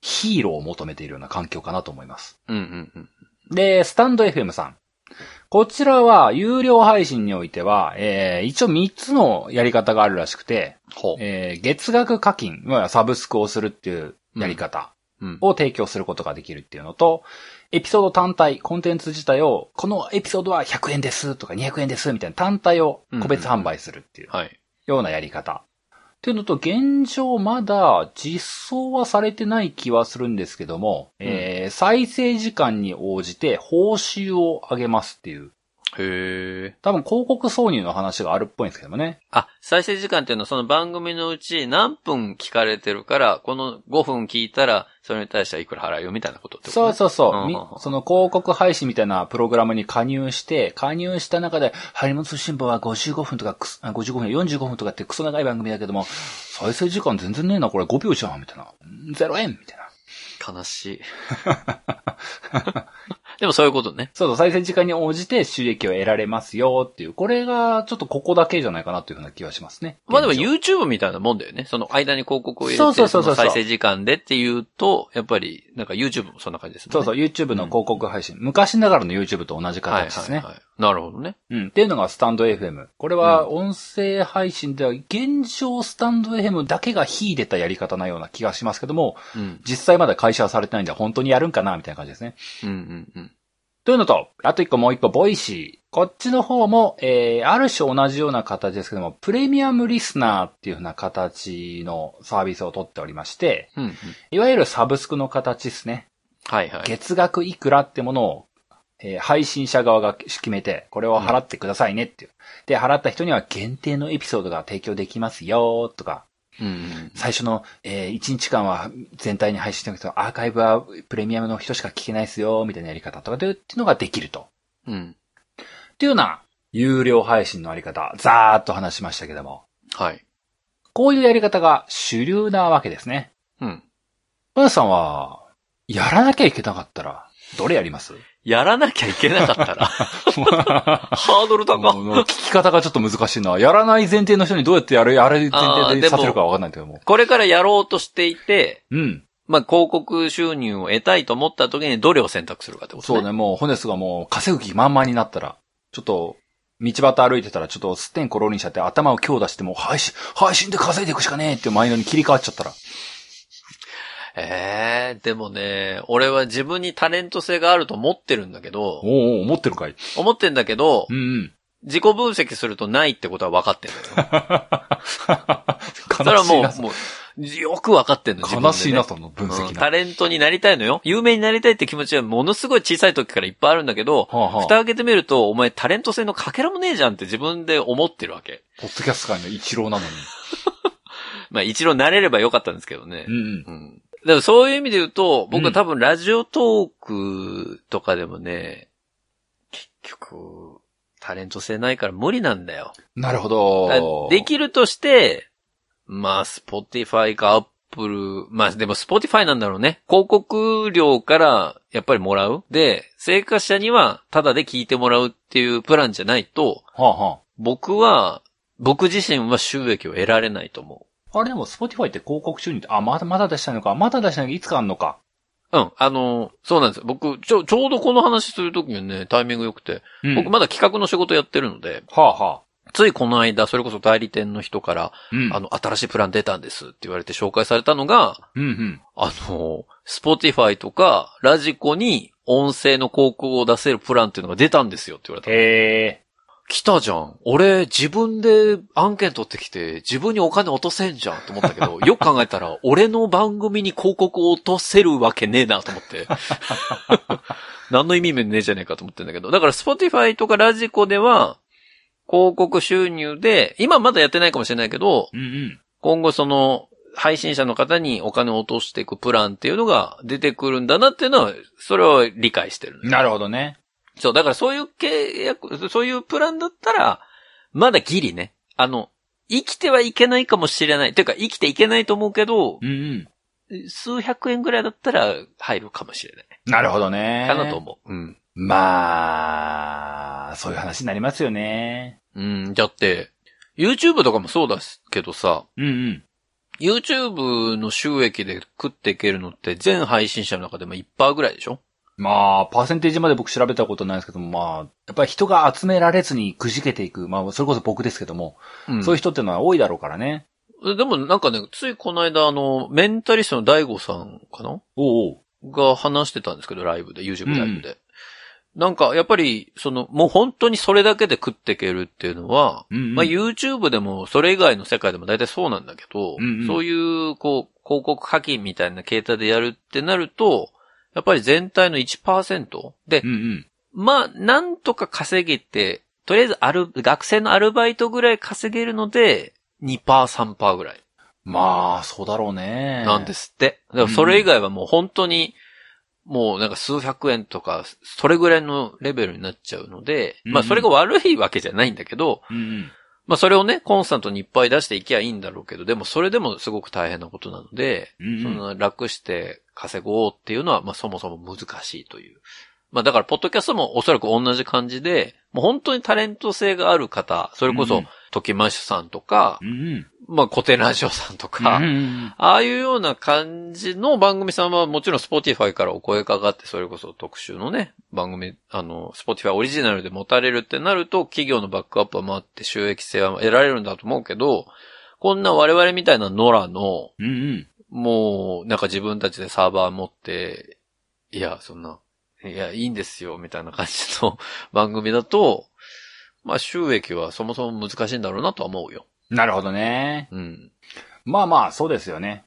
ーヒーローを求めているような環境かなと思います。うんうんうん。で、スタンド FM さん。こちらは、有料配信においては、えー一応3つのやり方があるらしくて、ほう。えー月額課金、まあサブスクをするっていうやり方うん。を提供することができるっていうのと、エピソード単体、コンテンツ自体を、このエピソードは100円ですとか200円ですみたいな単体を個別販売するっていうはい。ようなやり方。っていうのと、現状まだ実装はされてない気はするんですけども、うんえー再生時間に応じて報酬を上げますっていう、へえ。多分広告挿入の話があるっぽいんですけどもね。あ、再生時間っていうのはその番組のうち何分聞かれてるから、この5分聞いたら、それに対してはいくら払うよみたいなことってことそうね、そうそう。うんうんうんみその広告配信みたいなプログラムに加入して、加入した中で、ハリモ通信部は55分とかクソ、あ55分や45分とかってクソ長い番組だけども、再生時間全然ねえな、これ5秒じゃん、みたいな。ん0円みたいな。悲し (laughs) い。でもそういうことね。そうそう、再生時間に応じて収益を得られますよっていう、これがちょっとここだけじゃないかなというふうな気はしますね。まあでも現状 YouTube みたいなもんだよね。その間に広告を入れて、そうそうそうそうの再生時間でっていうと、やっぱり、なんか YouTube もそんな感じですもんね。そうそう、YouTube の広告配信。昔ながらの YouTube と同じはい形ですね。はいはい。なるほどね。うん。っていうのがスタンド FM。これは音声配信では、現状スタンド FM だけが秀でたやり方なような気がしますけども、うん。実際まだ会社はされてないんで、本当にやるんかなみたいな感じですね。うんうんうん。というのと、あと一個もう一個、ボイシー。こっちの方も、えー、ある種同じような形ですけども、プレミアムリスナーっていう風な形のサービスを取っておりまして、うんうん。いわゆるサブスクの形ですね。はいはい。月額いくらってものを、えー配信者側が決めて、これを払ってくださいねっていう。で、払った人には限定のエピソードが提供できますよとか、うん。最初の、え1日間は全体に配信してるけど、アーカイブはプレミアムの人しか聞けないですよみたいなやり方とかで、っていうのができると。うん。っていうような、有料配信のあり方、ざーっと話しましたけども、はい。こういうやり方が主流なわけですね。うん。小田さんは、やらなきゃいけなかったら、どれやります (laughs) やらなきゃいけなかったら、ハードル高っ。もう聞き方がちょっと難しいな。やらない前提の人にどうやってやる、やる前提でさせるかわかんないけども。これからやろうとしていて、うん。まあ、広告収入を得たいと思った時にどれを選択するかってことそうね。ね、もう、ホネスがもう稼ぐ気満々になったら、ちょっと、道端歩いてたら、ちょっとすってんころりんしちゃって頭を強打してもう配信、配信で稼いでいくしかねえっていうマインドに切り替わっちゃったら。ええでもね、俺は自分にタレント性があると思ってるんだけどお、うおう、思ってるかい。思ってんだけどう、んうん。自己分析するとないってことは分かってるのよ。悲それはしいもなう、もう、よく分かってんの、自分で、ね。悲しいな、その分う析んタな。レントになりたいのよ。有名になりたいって気持ちはものすごい小さい時からいっぱいあるんだけど、はあはあ蓋開けてみると、お前タレント性のかけらもねえじゃんって自分で思ってるわけ。ポッドキャスト界の一郎なのに。まあ一応なれればよかったんですけどねう。んうん。 (laughs) うん。だからそういう意味で言うと、僕うはん多分ラジオトークとかでもね、結局、タレント性ないから無理なんだよ。なるほだど。できるとして、まあ、スポティファイかアップル、まあでもスポティファイなんだろうね。広告料からやっぱりもらう。で、生活者にはタダで聞いてもらうっていうプランじゃないと、はあは僕は、僕自身は収益を得られないと思あ。あれでも、Spotify って広告収入って、あ、まだまだ出したいのか、まだ出したいのか、いつかあんのか。う。うん、あの、そうなんですよ。僕、ちょ、ちょうどこの話するときにね、タイミング良くて、うん僕まだ企画の仕事やってるので、はあはついこの間、それこそ代理店の人から、あ。うん。あの、新しいプラン出たんですって言われて紹介されたのが、うんうん。あの、スポティファイとか、ラジコに音声の広告を出せるプランっていうのが出たんですよって言われた。へえ。来たじゃん。俺、自分で案件取ってきて、自分にお金落とせんじゃんと思ったけど、よく考えたら、俺の番組に広告を落とせるわけねえなと思って。何の意味もねえじゃねえかと思ってんだけど。だから、スポティファイとかラジコでは、広告収入で、今まだやってないかもしれないけど、うんうん。今後その、配信者の方にお金を落としていくプランっていうのが出てくるんだなっていうのは、それを理解してるのよ。なるほどね。そう、だからそういう契約、そういうプランだったら、まだギリね。あの、生きてはいけないかもしれない。というか、生きていけないと思うけどう、んうん。数百円ぐらいだったら入るかもしれない。なるほどね。かなと思う。うん。まあ、そういう話になりますよね。うん、だって、YouTube とかもそうだけどさ、うんうん。 YouTube の収益で食っていけるのって全配信者の中でも1%ぐらいでしょまあ、パーセンテージまで僕調べたことないですけども、まあ、やっぱり人が集められずにくじけていく、まあ、それこそ僕ですけども、うんそういう人ってのは多いだろうからね。でもなんかね、ついこの間あの、メンタリストの大悟さんかなおうおう。が話してたんですけど、ライブで、YouTube ライブで。なんか、やっぱり、その、もう本当にそれだけで食っていけるっていうのは、うん、うん。まあ YouTube でも、それ以外の世界でも大体そうなんだけど、うんうんそういう、こう、広告課金みたいな形態でやるってなると、やっぱり全体の1%でう、んうん。まあ、なんとか稼げて、とりあえずある、学生のアルバイトぐらい稼げるので、2%、3%ぐらい。まあ、そうだろうね。なんですって。だからそれ以外はもう本当に、もうなんか数百円とか、それぐらいのレベルになっちゃうので、うんまあそれが悪いわけじゃないんだけど、うんうん。まあそれをね、コンスタントにいっぱい出していきゃいいんだろうけど、でもそれでもすごく大変なことなので、うんそうん、の楽して稼ごうっていうのは、まあそもそも難しいという。まあだから、ポッドキャストもおそらく同じ感じで、もう本当にタレント性がある方、それこうそん、ときましゅさんとかう、んうん。まあコテラジオさんとか、うんうんああいうような感じの番組さんはもちろん Spotify からお声かかって、それこそ特集のね、番組、あの、Spotify オリジナルで持たれるってなると、企業のバックアップは回って収益性は得られるんだと思うけど、こんな我々みたいなノラの、うんうん。もう、なんか自分たちでサーバー持って、いや、そんな、いや、いいんですよ、みたいな感じの (laughs) 番組だと、まあ収益はそもそも難しいんだろうなとは思うよ。なるほどね。うん。まあまあ、そうですよね。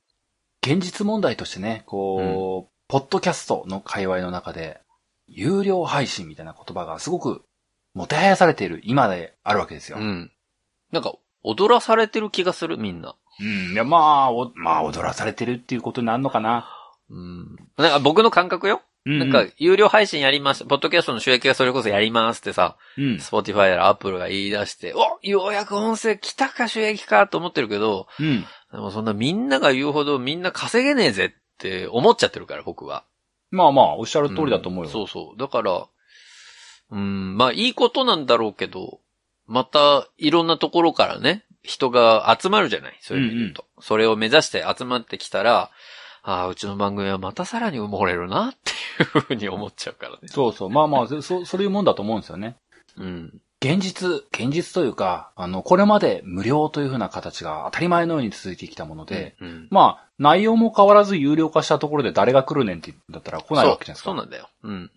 現実問題としてね、こう、ポッドキャストの界隈の中で、有料配信みたいな言葉がすごく、もてはやされている今であるわけですよ。うん。なんか、踊らされてる気がする、みんな。うん。いや、まあ、おまあ、踊らされてるっていうことになるのかな。うん。なんか僕の感覚よ。うんなんか、、有料配信やります。ポッドキャストの収益がそれこそやりますってさ、うん。スポティファイやらアップルが言い出して、おようやく音声来たか収益かと思ってるけど、うん。でもそんなみんなが言うほどみんな稼げねえぜって思っちゃってるから、僕は。まあまあ、おっしゃる通りだと思うよ。んそうそう。だから、うん、まあいいことなんだろうけど、またいろんなところからね、人が集まるじゃないそういう意味で言うと。それを目指して集まってきたら、ああ、うちの番組はまたさらに埋もれるなっていうふうに思っちゃうからね。そうそう。ま (laughs) あまあ、そ、そういうもんだと思うんですよね。うん。現実、現実というか、あの、これまで無料というふうな形が当たり前のように続いてきたもので、うん、まあ、内容も変わらず有料化したところで誰が来るねんって言うんだったら来ないわけじゃないですそう。そうなか。んだよ。うん。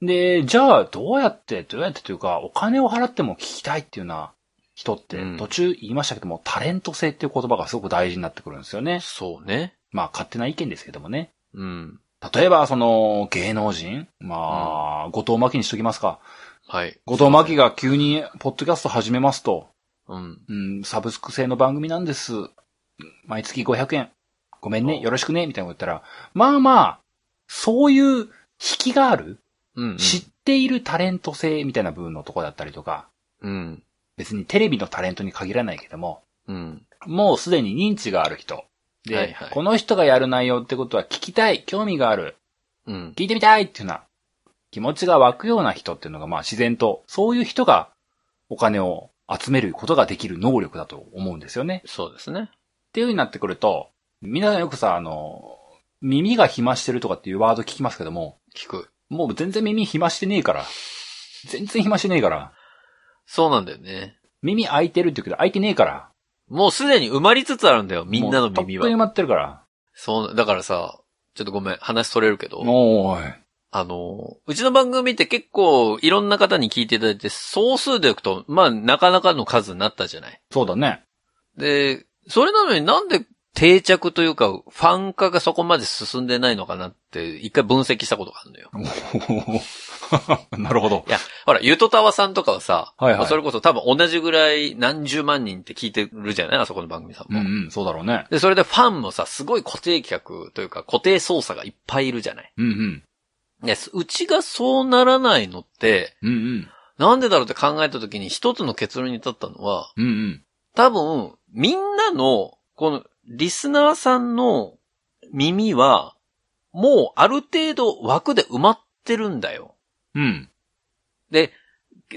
で、じゃあ、どうやって、どうやってというか、お金を払っても聞きたいっていうような人ってう、ん途中言いましたけども、タレント性っていう言葉がすごく大事になってくるんですよね。そうね。まあ、勝手な意見ですけどもね。うん。例えば、その、芸能人まあ、後藤真希にしときますか。はい。後藤真希が急に、ポッドキャスト始めますと、うん。うん、サブスク制の番組なんです。毎月500円。ごめんね、およろしくね、みたいなこと言ったら、まあまあ、そういう引きがある、うん、うん。知っているタレント性みたいな部分のとこだったりとか、うん。別にテレビのタレントに限らないけども、うん。もうすでに認知がある人。で、はいはいこの人がやる内容ってことは聞きたい、興味がある、うん。聞いてみたいっていうような気持ちが湧くような人っていうのが、まあ自然と、そういう人がお金を集めることができる能力だと思うんですよね。そうですね。っていう風になってくると、皆さんよくさ、あの、耳が暇してるとかっていうワード聞きますけども、聞く。もう全然耳暇してねえから。全然暇してねえから。そうなんだよね。耳開いてるって言うけど、開いてねえから。もうすでに埋まりつつあるんだよ、みんなのもうとっ耳くには。埋まってるから。そう、だからさ、ちょっとごめん、話取れるけど、おーい。あの、うちの番組って結構いろんな方に聞いていただいて、総数でいくと、まあ、なかなかの数になったじゃない。そうだね。 (laughs) で、それなのになんで定着というか、ファン化がそこまで進んでないのかなって、一回分析したことがあるのよ。なるほど。いや、ほら、ゆとたわさんとかはさ、はいはいまあそれこそ多分同じぐらい何十万人って聞いてるじゃないあそこの番組さんうんも。うん、そうだろうね。で、それでファンもさ、すごい固定客というか固定操作がいっぱいいるじゃない。うんうん。で、うちがそうならないのって、うんうん。なんでだろうって考えた時に一つの結論に至ったのは、うんうん。多分、みんなの、この、リスナーさんの耳は、もうある程度枠で埋まってるんだよ。うん。で、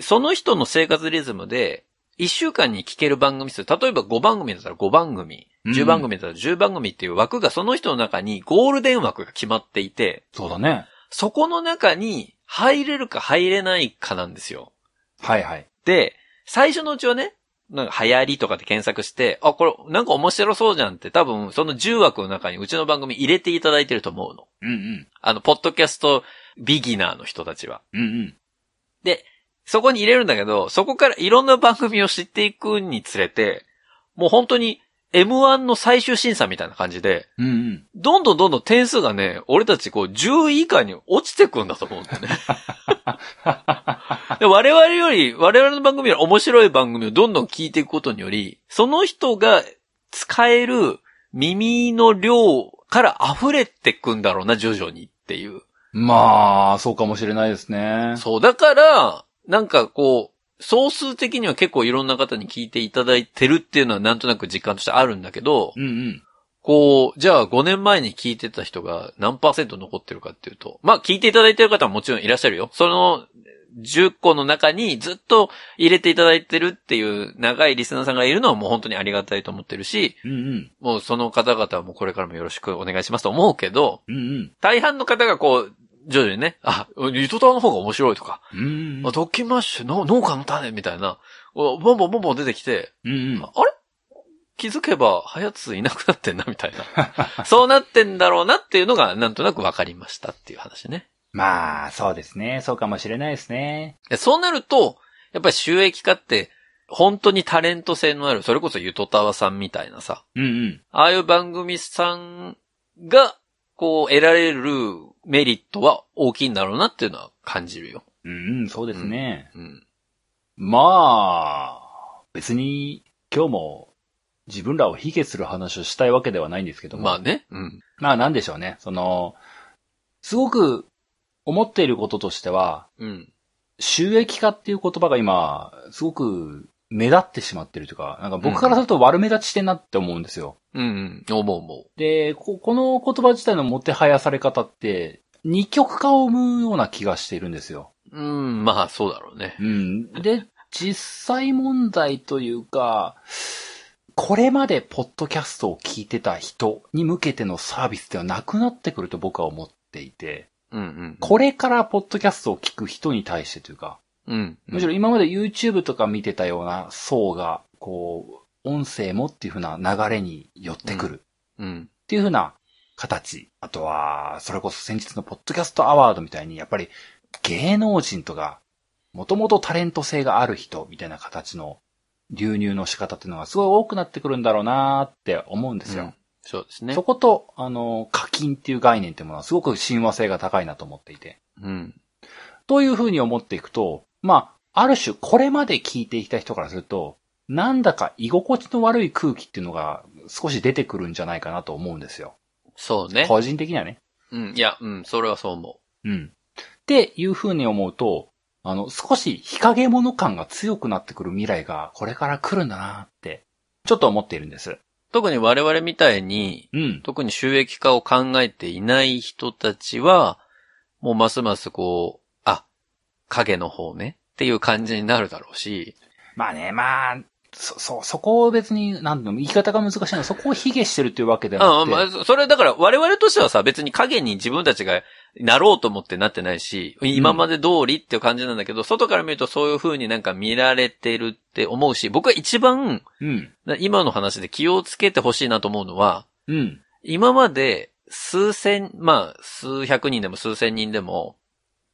その人の生活リズムで、一週間に聞ける番組数、例えば5番組だったら5番組、うん10番組だったら10番組っていう枠がその人の中にゴールデン枠が決まっていて、そうだね。そこの中に入れるか入れないかなんですよ。はいはい。で、最初のうちはね、なんか流行りとかで検索して、あ、これなんか面白そうじゃんって多分その10枠の中にうちの番組入れていただいてると思うの。うんうん。あの、ポッドキャストビギナーの人たちは。うんうん。そこに入れるんだけど、そこからいろんな番組を知っていくにつれて、もう本当に M1 の最終審査みたいな感じで、うんうん。どんどんどんどん点数がね、俺たちこう10位以下に落ちてくんだと思うんだよね。で我々より、我々の番組より面白い番組をどんどん聞いていくことにより、その人が使える耳の量から溢れてくんだろうな、徐々にっていう。まあ、そうかもしれないですね。そう、だから、なんかこう、総数的には結構いろんな方に聞いていただいてるっていうのはなんとなく実感としてあるんだけど、うんうん。こう、じゃあ5年前に聞いてた人が何パーセント残ってるかっていうと、まあ聞いていただいてる方はもちろんいらっしゃるよ。その10個の中にずっと入れていただいてるっていう長いリスナーさんがいるのはもう本当にありがたいと思ってるし、うんうん。もうその方々はもうこれからもよろしくお願いしますと思うけど、うんうん。大半の方がこう、徐々にね、あ、ゆとたわの方が面白いとか、うんうんあ、ドッキンマッシュの農家の種みたいな、おボンボンボンボン出てきて、うんうんあ。あれ気づけば、ハヤツいなくなってんな、みたいな。 (laughs) そうなってんだろうなっていうのが、なんとなくわかりましたっていう話ね。まあ、そうですね。そうかもしれないですね。でそうなると、やっぱり収益化って、本当にタレント性のある、それこそゆとたわさんみたいなさ、うんうん。ああいう番組さんが、こう、得られる、メリットは大きいんだろうなっていうのは感じるよ。うん、そうですね。うん。まあ、別に今日も自分らを卑下する話をしたいわけではないんですけども。まあね。うん。まあなんでしょうね。その、すごく思っていることとしては、うん。収益化っていう言葉が今、すごく目立ってしまってるというか、なんか僕からすると悪目立ちしてんなって思うんですよ。うん、うん。思う思でこ、この言葉自体のもてはやされ方って、二極化を生むような気がしているんですよ。う。うん、まあそうだろうね。うん。で、実際問題というか、これまでポッドキャストを聞いてた人に向けてのサービスではなくなってくると僕は思っていて、うん、うん。これからポッドキャストを聞く人に対してというか、うん。むしろ今まで YouTube とか見てたような層が、こう、音声もっていう風な流れに寄ってくる。うん。っていう風な形。あとは、それこそ先日のポッドキャストアワードみたいに、やっぱり芸能人とか、もともとタレント性がある人みたいな形の流入の仕方っていうのがすごい多くなってくるんだろうなーって思うんですうよん。そうですねそ。こと、あの、課金っていう概念っていうものはすごく親和性が高いなと思っていて。うん。というふうに思っていくと、まあ、ある種これまで聞いてきた人からすると、なんだか居心地の悪い空気っていうのが少し出てくるんじゃないかなと思うんですよ。そうね。個人的にはね。うん。いや、うん。それはそう思うん。っていう風に思うと、あの、少し日陰者感が強くなってくる未来がこれから来るんだなって、ちょっと思っているんです。う。特に我々みたいに、うん。特に収益化を考えていない人たちは、もうますますこう、あ、影の方ねっていう感じになるだろうし、まあね、まあ、そ、そう、そこを別に、なんていうの、言い方が難しいの。そこを卑下してるっていうわけではなあくて。まあ、それだから我々としてはさ、別に影に自分たちがなろうと思ってなってないし、今まで通りっていう感じなんだけど、外から見るとそういう風になんか見られてるって思うし、僕は一番、うん。な今の話で気をつけてほしいなと思うのは、うん。今まで数千、まあ、数百人でも数千人でも、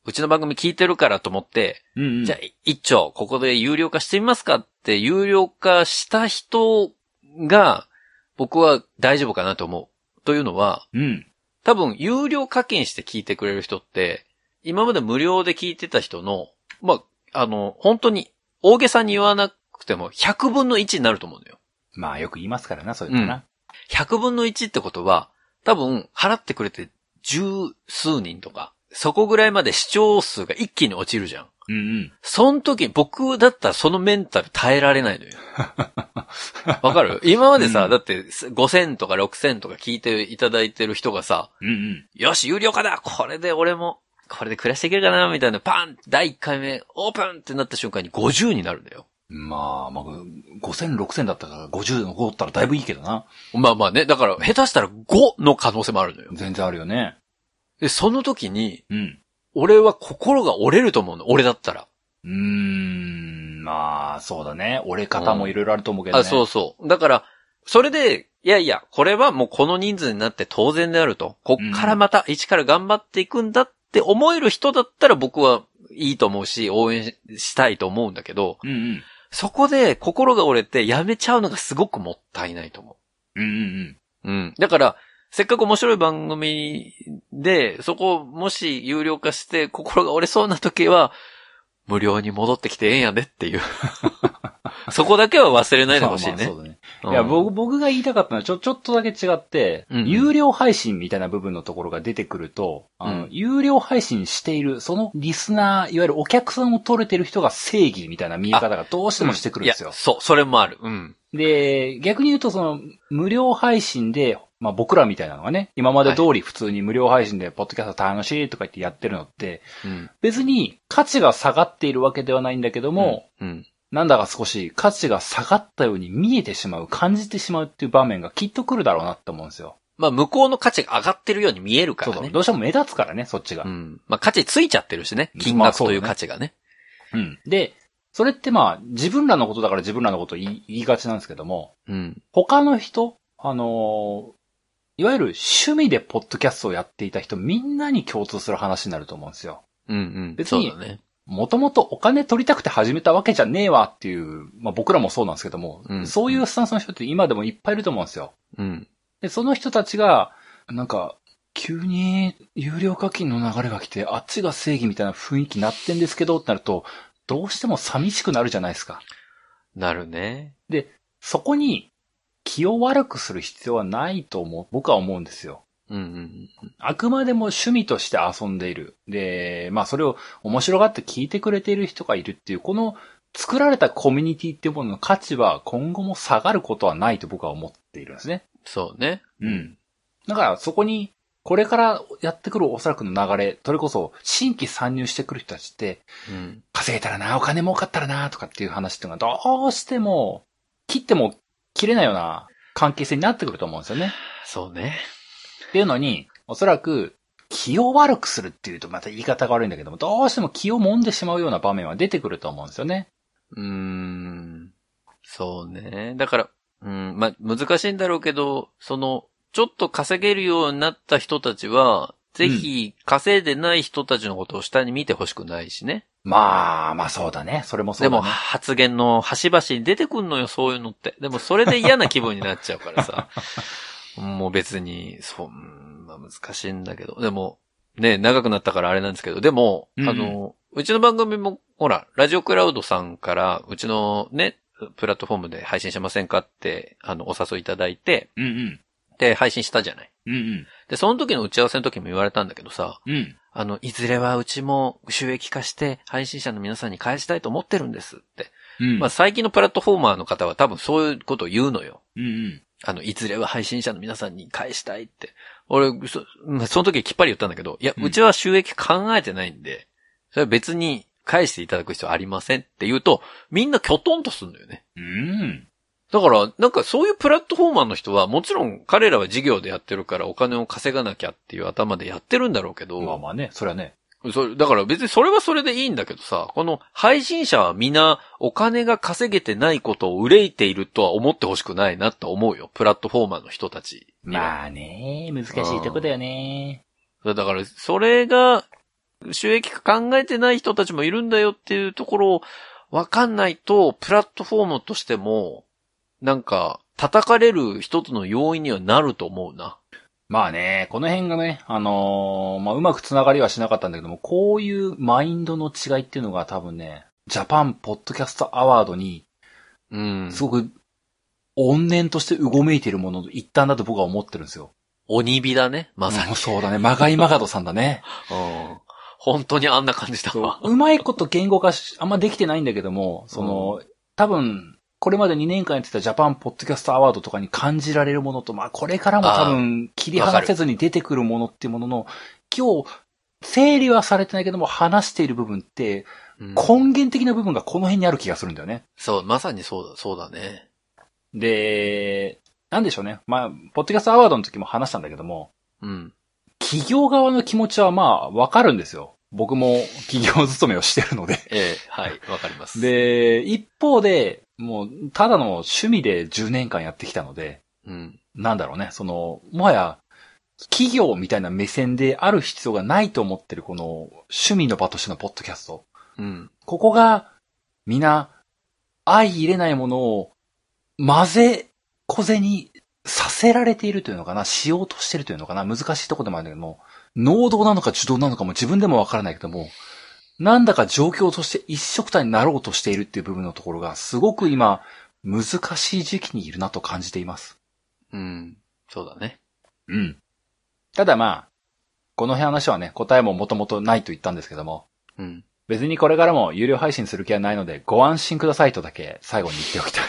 うちの番組聞いてるからと思って、うん、うん。じゃあ、一丁、ここで有料化してみますかって、有料化した人が、僕は大丈夫かなと思う。というのは、うん。多分、有料課金して聞いてくれる人って、今まで無料で聞いてた人の、まあ、あの、本当に、大げさに言わなくても、100分の1になると思うのよ。まあよく言いますからな、そういうのな。 100分の1ってことは、多分、払ってくれて十数人とか、そこぐらいまで視聴数が一気に落ちるじゃん。うん、うん。その時、僕だったらそのメンタル耐えられない (laughs) のよ。わかる今までさ、うんだって5000とか6000とか聞いていただいてる人がさ、うん、うん。よし、有料化だこれで俺も、これで暮らしていけるかなみたいな、パン第1回目、オープンってなった瞬間に50になるんだよ。まあ、まあ、5000、6000だったから50で残ったらだいぶいいけどな。まあまあね、だから下手したら5の可能性もあるのよ。全然あるよね。で、その時に、うん。俺は心が折れると思うの。俺だったら。うーん、まあ、そうだね。折れ方もいろいろあると思うけどね。あ、そうそう。だから、それで、いやいや、これはもうこの人数になって当然であると。こっからまた一から頑張っていくんだって思える人だったら僕はいいと思うし、応援したいと思うんだけど、うんうん。そこで心が折れてやめちゃうのがすごくもったいないと思うんうんう。うん。だから、せっかく面白い番組で、そこをもし有料化して心が折れそうな時は、無料に戻ってきてええんやで (laughs) っていう。そこだけは忘れう。なんいでほしいまあまねあそ。うだね。うんいや、僕、僕が言いたかったのは、ちょ、ちょっとだけ違って、うんうん有料配信みたいな部分のところが出てくると、あの、うん有料配信している、そのリスナー、いわゆるお客さんを取れてる人が正義みたいな見え方がどうしてもしてくるんですいよや。そう、それもある。うん。で、逆に言うと、その、無料配信で、まあ僕らみたいなのがね、今まで通り普通に無料配信で、ポッドキャスト楽しいとか言ってやってるのって、うん。別に価値が下がっているわけではないんだけども、うん。なんだか少し価値が下がったように見えてしまう、感じてしまうっていう場面がきっと来るだろうなって思うんですよ。まあ、向こうの価値が上がってるように見えるかそうらそう。ね。どうしても目立つからね、そっちが。ん。まあ、価値ついちゃってるしね。金まあ額そうとだいねう価値がね。うん。で、それってまあ、自分らのことだから自分らのこと言い言いがちなんですけども、うん。他の人、あのーいわゆる趣味でポッドキャストをやっていた人みんなに共通する話になると思うんですよ。うんうん。別そうにだね。もともとお金取りたくて始めたわけじゃねえわっていう、まあ僕らもそうなんですけども、うんそういうスタンスの人って今でもいっぱいいると思うんですよ。うん。で、その人たちが、なんか、急に有料課金の流れが来て、あっちが正義みたいな雰囲気になってんですけど、ってなると、どうしても寂しくなるじゃないですか。なるね。そこに気を悪くする必要はないと思う、僕は思うんですよ。うんうん。あくまでも趣味として遊んでいる。で、まあそれを面白がって聞いてくれている人がいるっていう、この作られたコミュニティっていうものの価値は今後も下がることはないと僕は思っているんですね。そうね。うん。だからそこに、これからやってくるおそらくの流れ、それこそ新規参入してくる人たちって、うん。稼げたらな、お金儲かったらな、とかっていう話っていうのがどうしても、切っても切れないような関係性になってくると思うんですよね。そうね。っていうのに、おそらく、気を悪くするっていうとまた言い方が悪いんだけども、どうしても気を揉んでしまうような場面は出てくると思うんですよね。うーん。そうね。だから、うん、まあ、難しいんだろうけど、その、ちょっと稼げるようになった人たちは、ぜひ、稼いでない人たちのことを下に見てほしくないしね。まあ、まあそうだね。それもそでうだも、ね。発言の端々に出てくんのよ、そういうのって。でも、それで嫌な気分になっちゃうから (laughs) さ。もう別に、そう、うんまあ難しいんだけど。でも、ね、長くなったからあれなんですけど、でも、うんあの、うちの番組も、ほら、ラジオクラウドさんから、うちのね、プラットフォームで配信しませんかって、あの、お誘いいただいて、うんうん。で、配信したじゃない。うんうん。で、その時の打ち合わせの時も言われたんだけどさ、うん。あの、いずれはうちも収益化して、配信者の皆さんに返したいと思ってるんですって。うん。まあ、最近のプラットフォーマーの方は多分そういうことを言うのよ。うんうん。あの、いずれは配信者の皆さんに返したいって。俺、そまあその時きっぱり言ったんだけど、いや、うんうちは収益考えてないんで、それは別に返していただく必要ありませんって言うと、みんなキョトンとするんだよね。うん。だから、なんかそういうプラットフォーマーの人は、もちろん彼らは事業でやってるからお金を稼がなきゃっていう頭でやってるんだろうけど、まあまあね、それはね。それ、だから別にそれはそれでいいんだけどさ、この配信者は皆お金が稼げてないことを憂いているとは思ってほしくないなと思うよ。プラットフォーマーの人たちには。まあね、難しいとこだよね。だから、それが収益化考えてない人たちもいるんだよっていうところをわかんないと、プラットフォームとしても、なんか、叩かれる一つの要因にはなると思うな。まあね、この辺がね、あのーまあうまくつながりはしなかったんだけども、こういうマインドの違いっていうのが多分ね、ジャパンポッドキャストアワードに、うんすごく、怨念としてうごめいているものの一端だと僕は思ってるんですよ。鬼火だね、まさに。うんそうだね。マガイマガドさん (laughs) だね。うん本当にあんな感じだわ。うまいこと言語化し、あんまできてないんだけども、その、多分、これまで2年間やってたジャパンポッドキャストアワードとかに感じられるものと、まあこれからも多分切り離せずに出てくるものっていうものの、今日、整理はされてないけども話している部分って、うん根源的な部分がこの辺にある気がするんだよね。そう、まさにそうだ、そうだね。で、なんでしょうね。まあ、ポッドキャストアワードの時も話したんだけども、うん。企業側の気持ちはまあ、わかるんですよ。僕も企業勤めをしてるので。ええ、はい、わかります。、で、一方で、もう、ただの趣味で10年間やってきたので、うん。なんだろうね、その、もはや、企業みたいな目線である必要がないと思ってるこの趣味の場としてのポッドキャスト。うん。ここが、皆、相入れないものを混ぜ、小銭させられているというのかな、しようとしてるというのかな、難しいとこでもあるんだけども、能動なのか受動なのかも自分でもわからないけども、なんだか状況として一色体になろうとしているっていう部分のところが、すごく今、難しい時期にいるなと感じています。うん。そうだね。うん。ただまあ、この辺話はね、答えももともとないと言ったんですけども、うん。別にこれからも有料配信する気はないので、ご安心くださいとだけ最後に言っておきたい。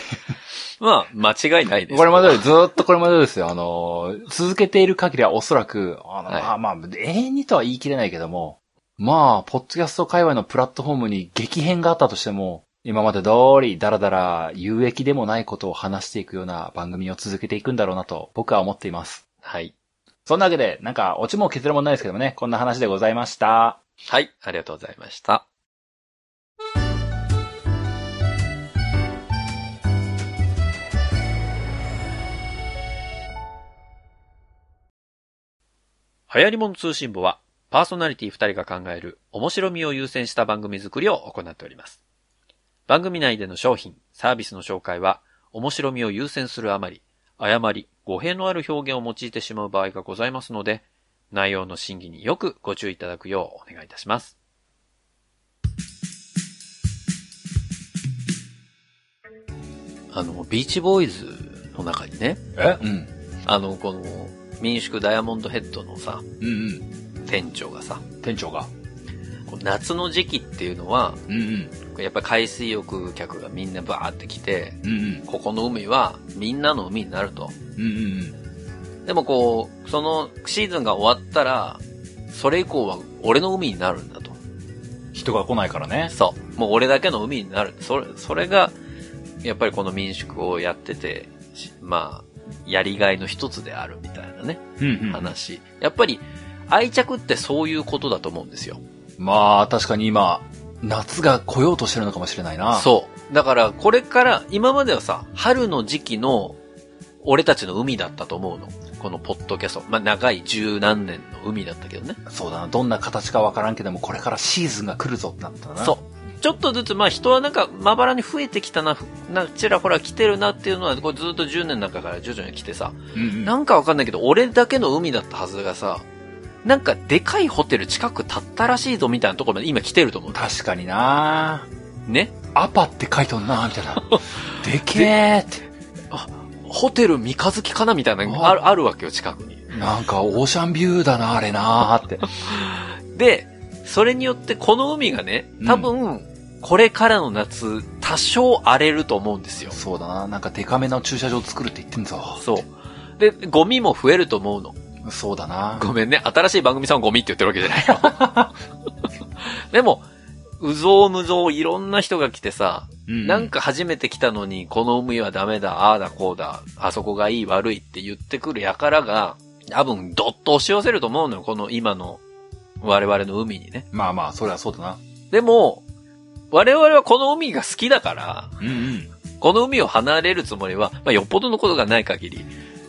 まあ、間違いないです。 (laughs) これまでより、ずーっとこれまでですよ。あのー、続けている限りはおそらく、あの、はいまあまあ、永遠にとは言い切れないけども、まあ、ポッドキャスト界隈のプラットフォームに激変があったとしても、今まで通り、だらだら、有益でもないことを話していくような番組を続けていくんだろうなと、僕は思っています。はい。そんなわけで、なんか、オチも削るもないですけどもね、こんな話でございました。はい、ありがとうございました。流行り物通信部は、パーソナリティ2人が考える面白みを優先した番組作りを行っております。番組内での商品、サービスの紹介は、面白みを優先するあまり、誤り、語弊のある表現を用いてしまう場合がございますので、内容の審議によくご注意いただくようお願いいたします。あの、ビーチボーイズの中にね、えうん。あの、この、民宿ダイヤモンドヘッドのさ、うん店長がさ、うん。店長が。こう夏の時期っていうのは、うんうん。やっぱり海水浴客がみんなバーって来て、うんうん。ここの海はみんなの海になると。うんうんでもこう、そのシーズンが終わったら、それ以降は俺の海になるんだと。うん。人が来ないからね。そう。もう俺だけの海になる。それ、それが、やっぱりこの民宿をやってて、しまあ、やりがいの一つであるみたいなね、うんうん。話。やっぱり、愛着ってそういうことだと思うんですよ。まあ、確かに今、夏が来ようとしてるのかもしれないな。そう。だから、これから、今まではさ、春の時期の、俺たちの海だったと思うの。このポッドキャスト。まあ、長い十何年の海だったけどね。う。そうだな。どんな形かわからんけども、これからシーズンが来るぞってなったな。そう。ちょっとずつ、まあ人はなんかまばらに増えてきたな、ふなちらほら来てるなっていうのは、これずっと10年の中から徐々に来てさ、うんうん。なんかわかんないけど、俺だけの海だったはずがさ、なんかでかいホテル近く建ったらしいぞみたいなところまで今来てると思う。確かになね。アパって書いとんなみたい (laughs) な。でけえって。ホテル三日月かなみたいなのがある、あるわけよ、近くに。なんかオーシャンビューだなあれなって。で、それによってこの海がね、多分、これからの夏、多少荒れると思うんですよ。そうだな。なんかデカめの駐車場作るって言ってんぞ。そう。で、ゴミも増えると思うの。そうだな。ごめんね。新しい番組さんはゴミって言ってるわけじゃないよ。 (laughs) でも、うぞうむぞういろんな人が来てさ、なんか初めて来たのに、この海はダメだ、ああだこうだ、あそこがいい悪いって言ってくる輩が、多分どっと押し寄せると思うのよ、この今の我々の海にね。まあまあ、そりゃそうだな。でも、我々はこの海が好きだから、うんうん。この海を離れるつもりは、まあ、よっぽどのことがない限り、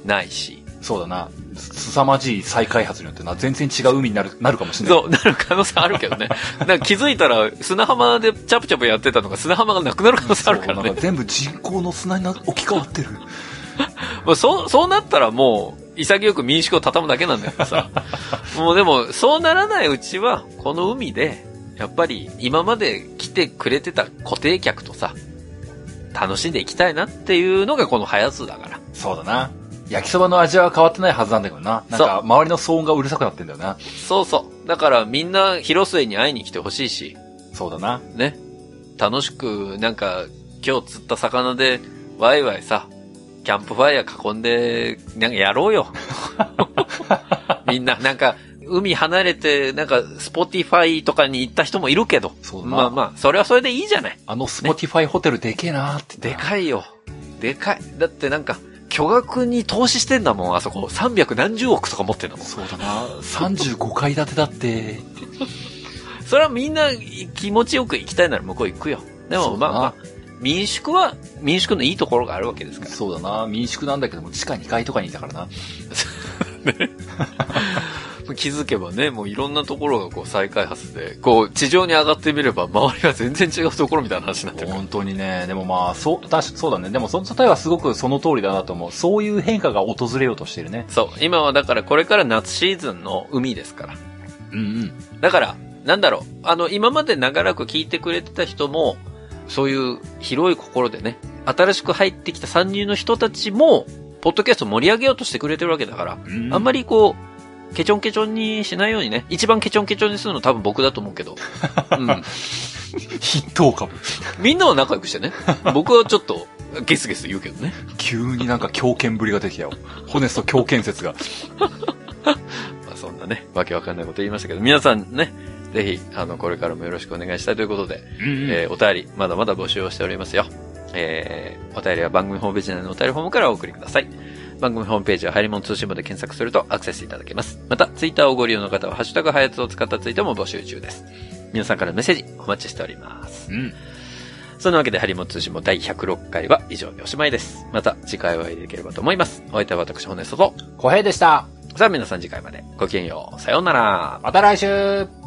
ないし。そうだな。すさまじい再開発によってな、全然違う海になる、なるかもしれない。そう、なる可能性あるけどね。なんか気づいたら砂浜でチャプチャプやってたのが砂浜がなくなる可能性あるからそうなんねか。全部人工の砂にな置き換わってる。もうそう、そうなったらもう、潔く民宿を畳むだけなんだけどさ。もうでも、そうならないうちは、この海で、やっぱり今まで来てくれてた固定客とさ、楽しんでいきたいなっていうのがこの早津だから。そうだな。焼きそばの味は変わってないはずなんだけどな。なんか、周りの騒音がうるさくなってんだよな。そうそう。だからみんな広末に会いに来てほしいし、そうだな。ね。楽しく、なんか、今日釣った魚で、ワイワイさ、キャンプファイヤー囲んで、なんかやろ (laughs) うよ。みんな、なんか、海離れて、なんか、スポティファイとかに行った人もいるけど。そうだな。まあまあ、それはそれでいいじゃない。あのスポティファイホテルでけえなーって。でかいよ。でかい。だってなんか、巨額に投資してんだもん、あそこ。300何十億とか持ってんだもん。そうだな。35階建てだって。それはみんな気持ちよく行きたいなら向こう行くよ。でそもうだまなあまあ、民宿は民宿のいいところがあるわけですから。そうだな。民宿なんだけども、地下2階とかにいたからな。気づけばね、もういろんなところがこう再開発で、こう地上に上がってみれば周りが全然違うところみたいな話になってるから。本当にね。でもまあ、そう、確かそうだね。でもその例えばすごくその通りだなと思う。そういう変化が訪れようとしてるね。そう、今はだからこれから夏シーズンの海ですから。うんうん。だから、なんだろう、あの、今まで長らく聞いてくれてた人も、そういう広い心でね、新しく入ってきた参入の人たちも、ポッドキャスト盛り上げようとしてくれてるわけだから、あんまり。りこう、ケチョンケチョンにしないようにね。一番ケチョンケチョンにするの多分僕だと思うけ (laughs) ど。うん。筆頭株。みんなは仲良くしてね。僕はちょっと、ゲスゲス言うけどね。急になんか狂犬ぶりができたよ。ホネスト狂犬説が。まあそんなね、わけわかんないこと言いましたけど、皆さんね、ぜひ、あの、これからもよろしくお願いしたいということで、えーお便り、まだまだ募集をしておりますよ。えーお便りは番組ホームページ内のお便りフォームからお送りください。番組ホームページは、はやりもん通信簿で検索するとアクセスいただけます。また、ツイッターをご利用の方は、ハッシュタグはやつを使ったツイートも募集中です。皆さんからのメッセージ、お待ちしております。うん。そんなわけで、ハリモン通信簿第106回は以上でおしまいです。また、次回お会いできればと思います。お相手は私、本音と小平でした。さあ皆さん次回までごきげんよう。さようなら。また来週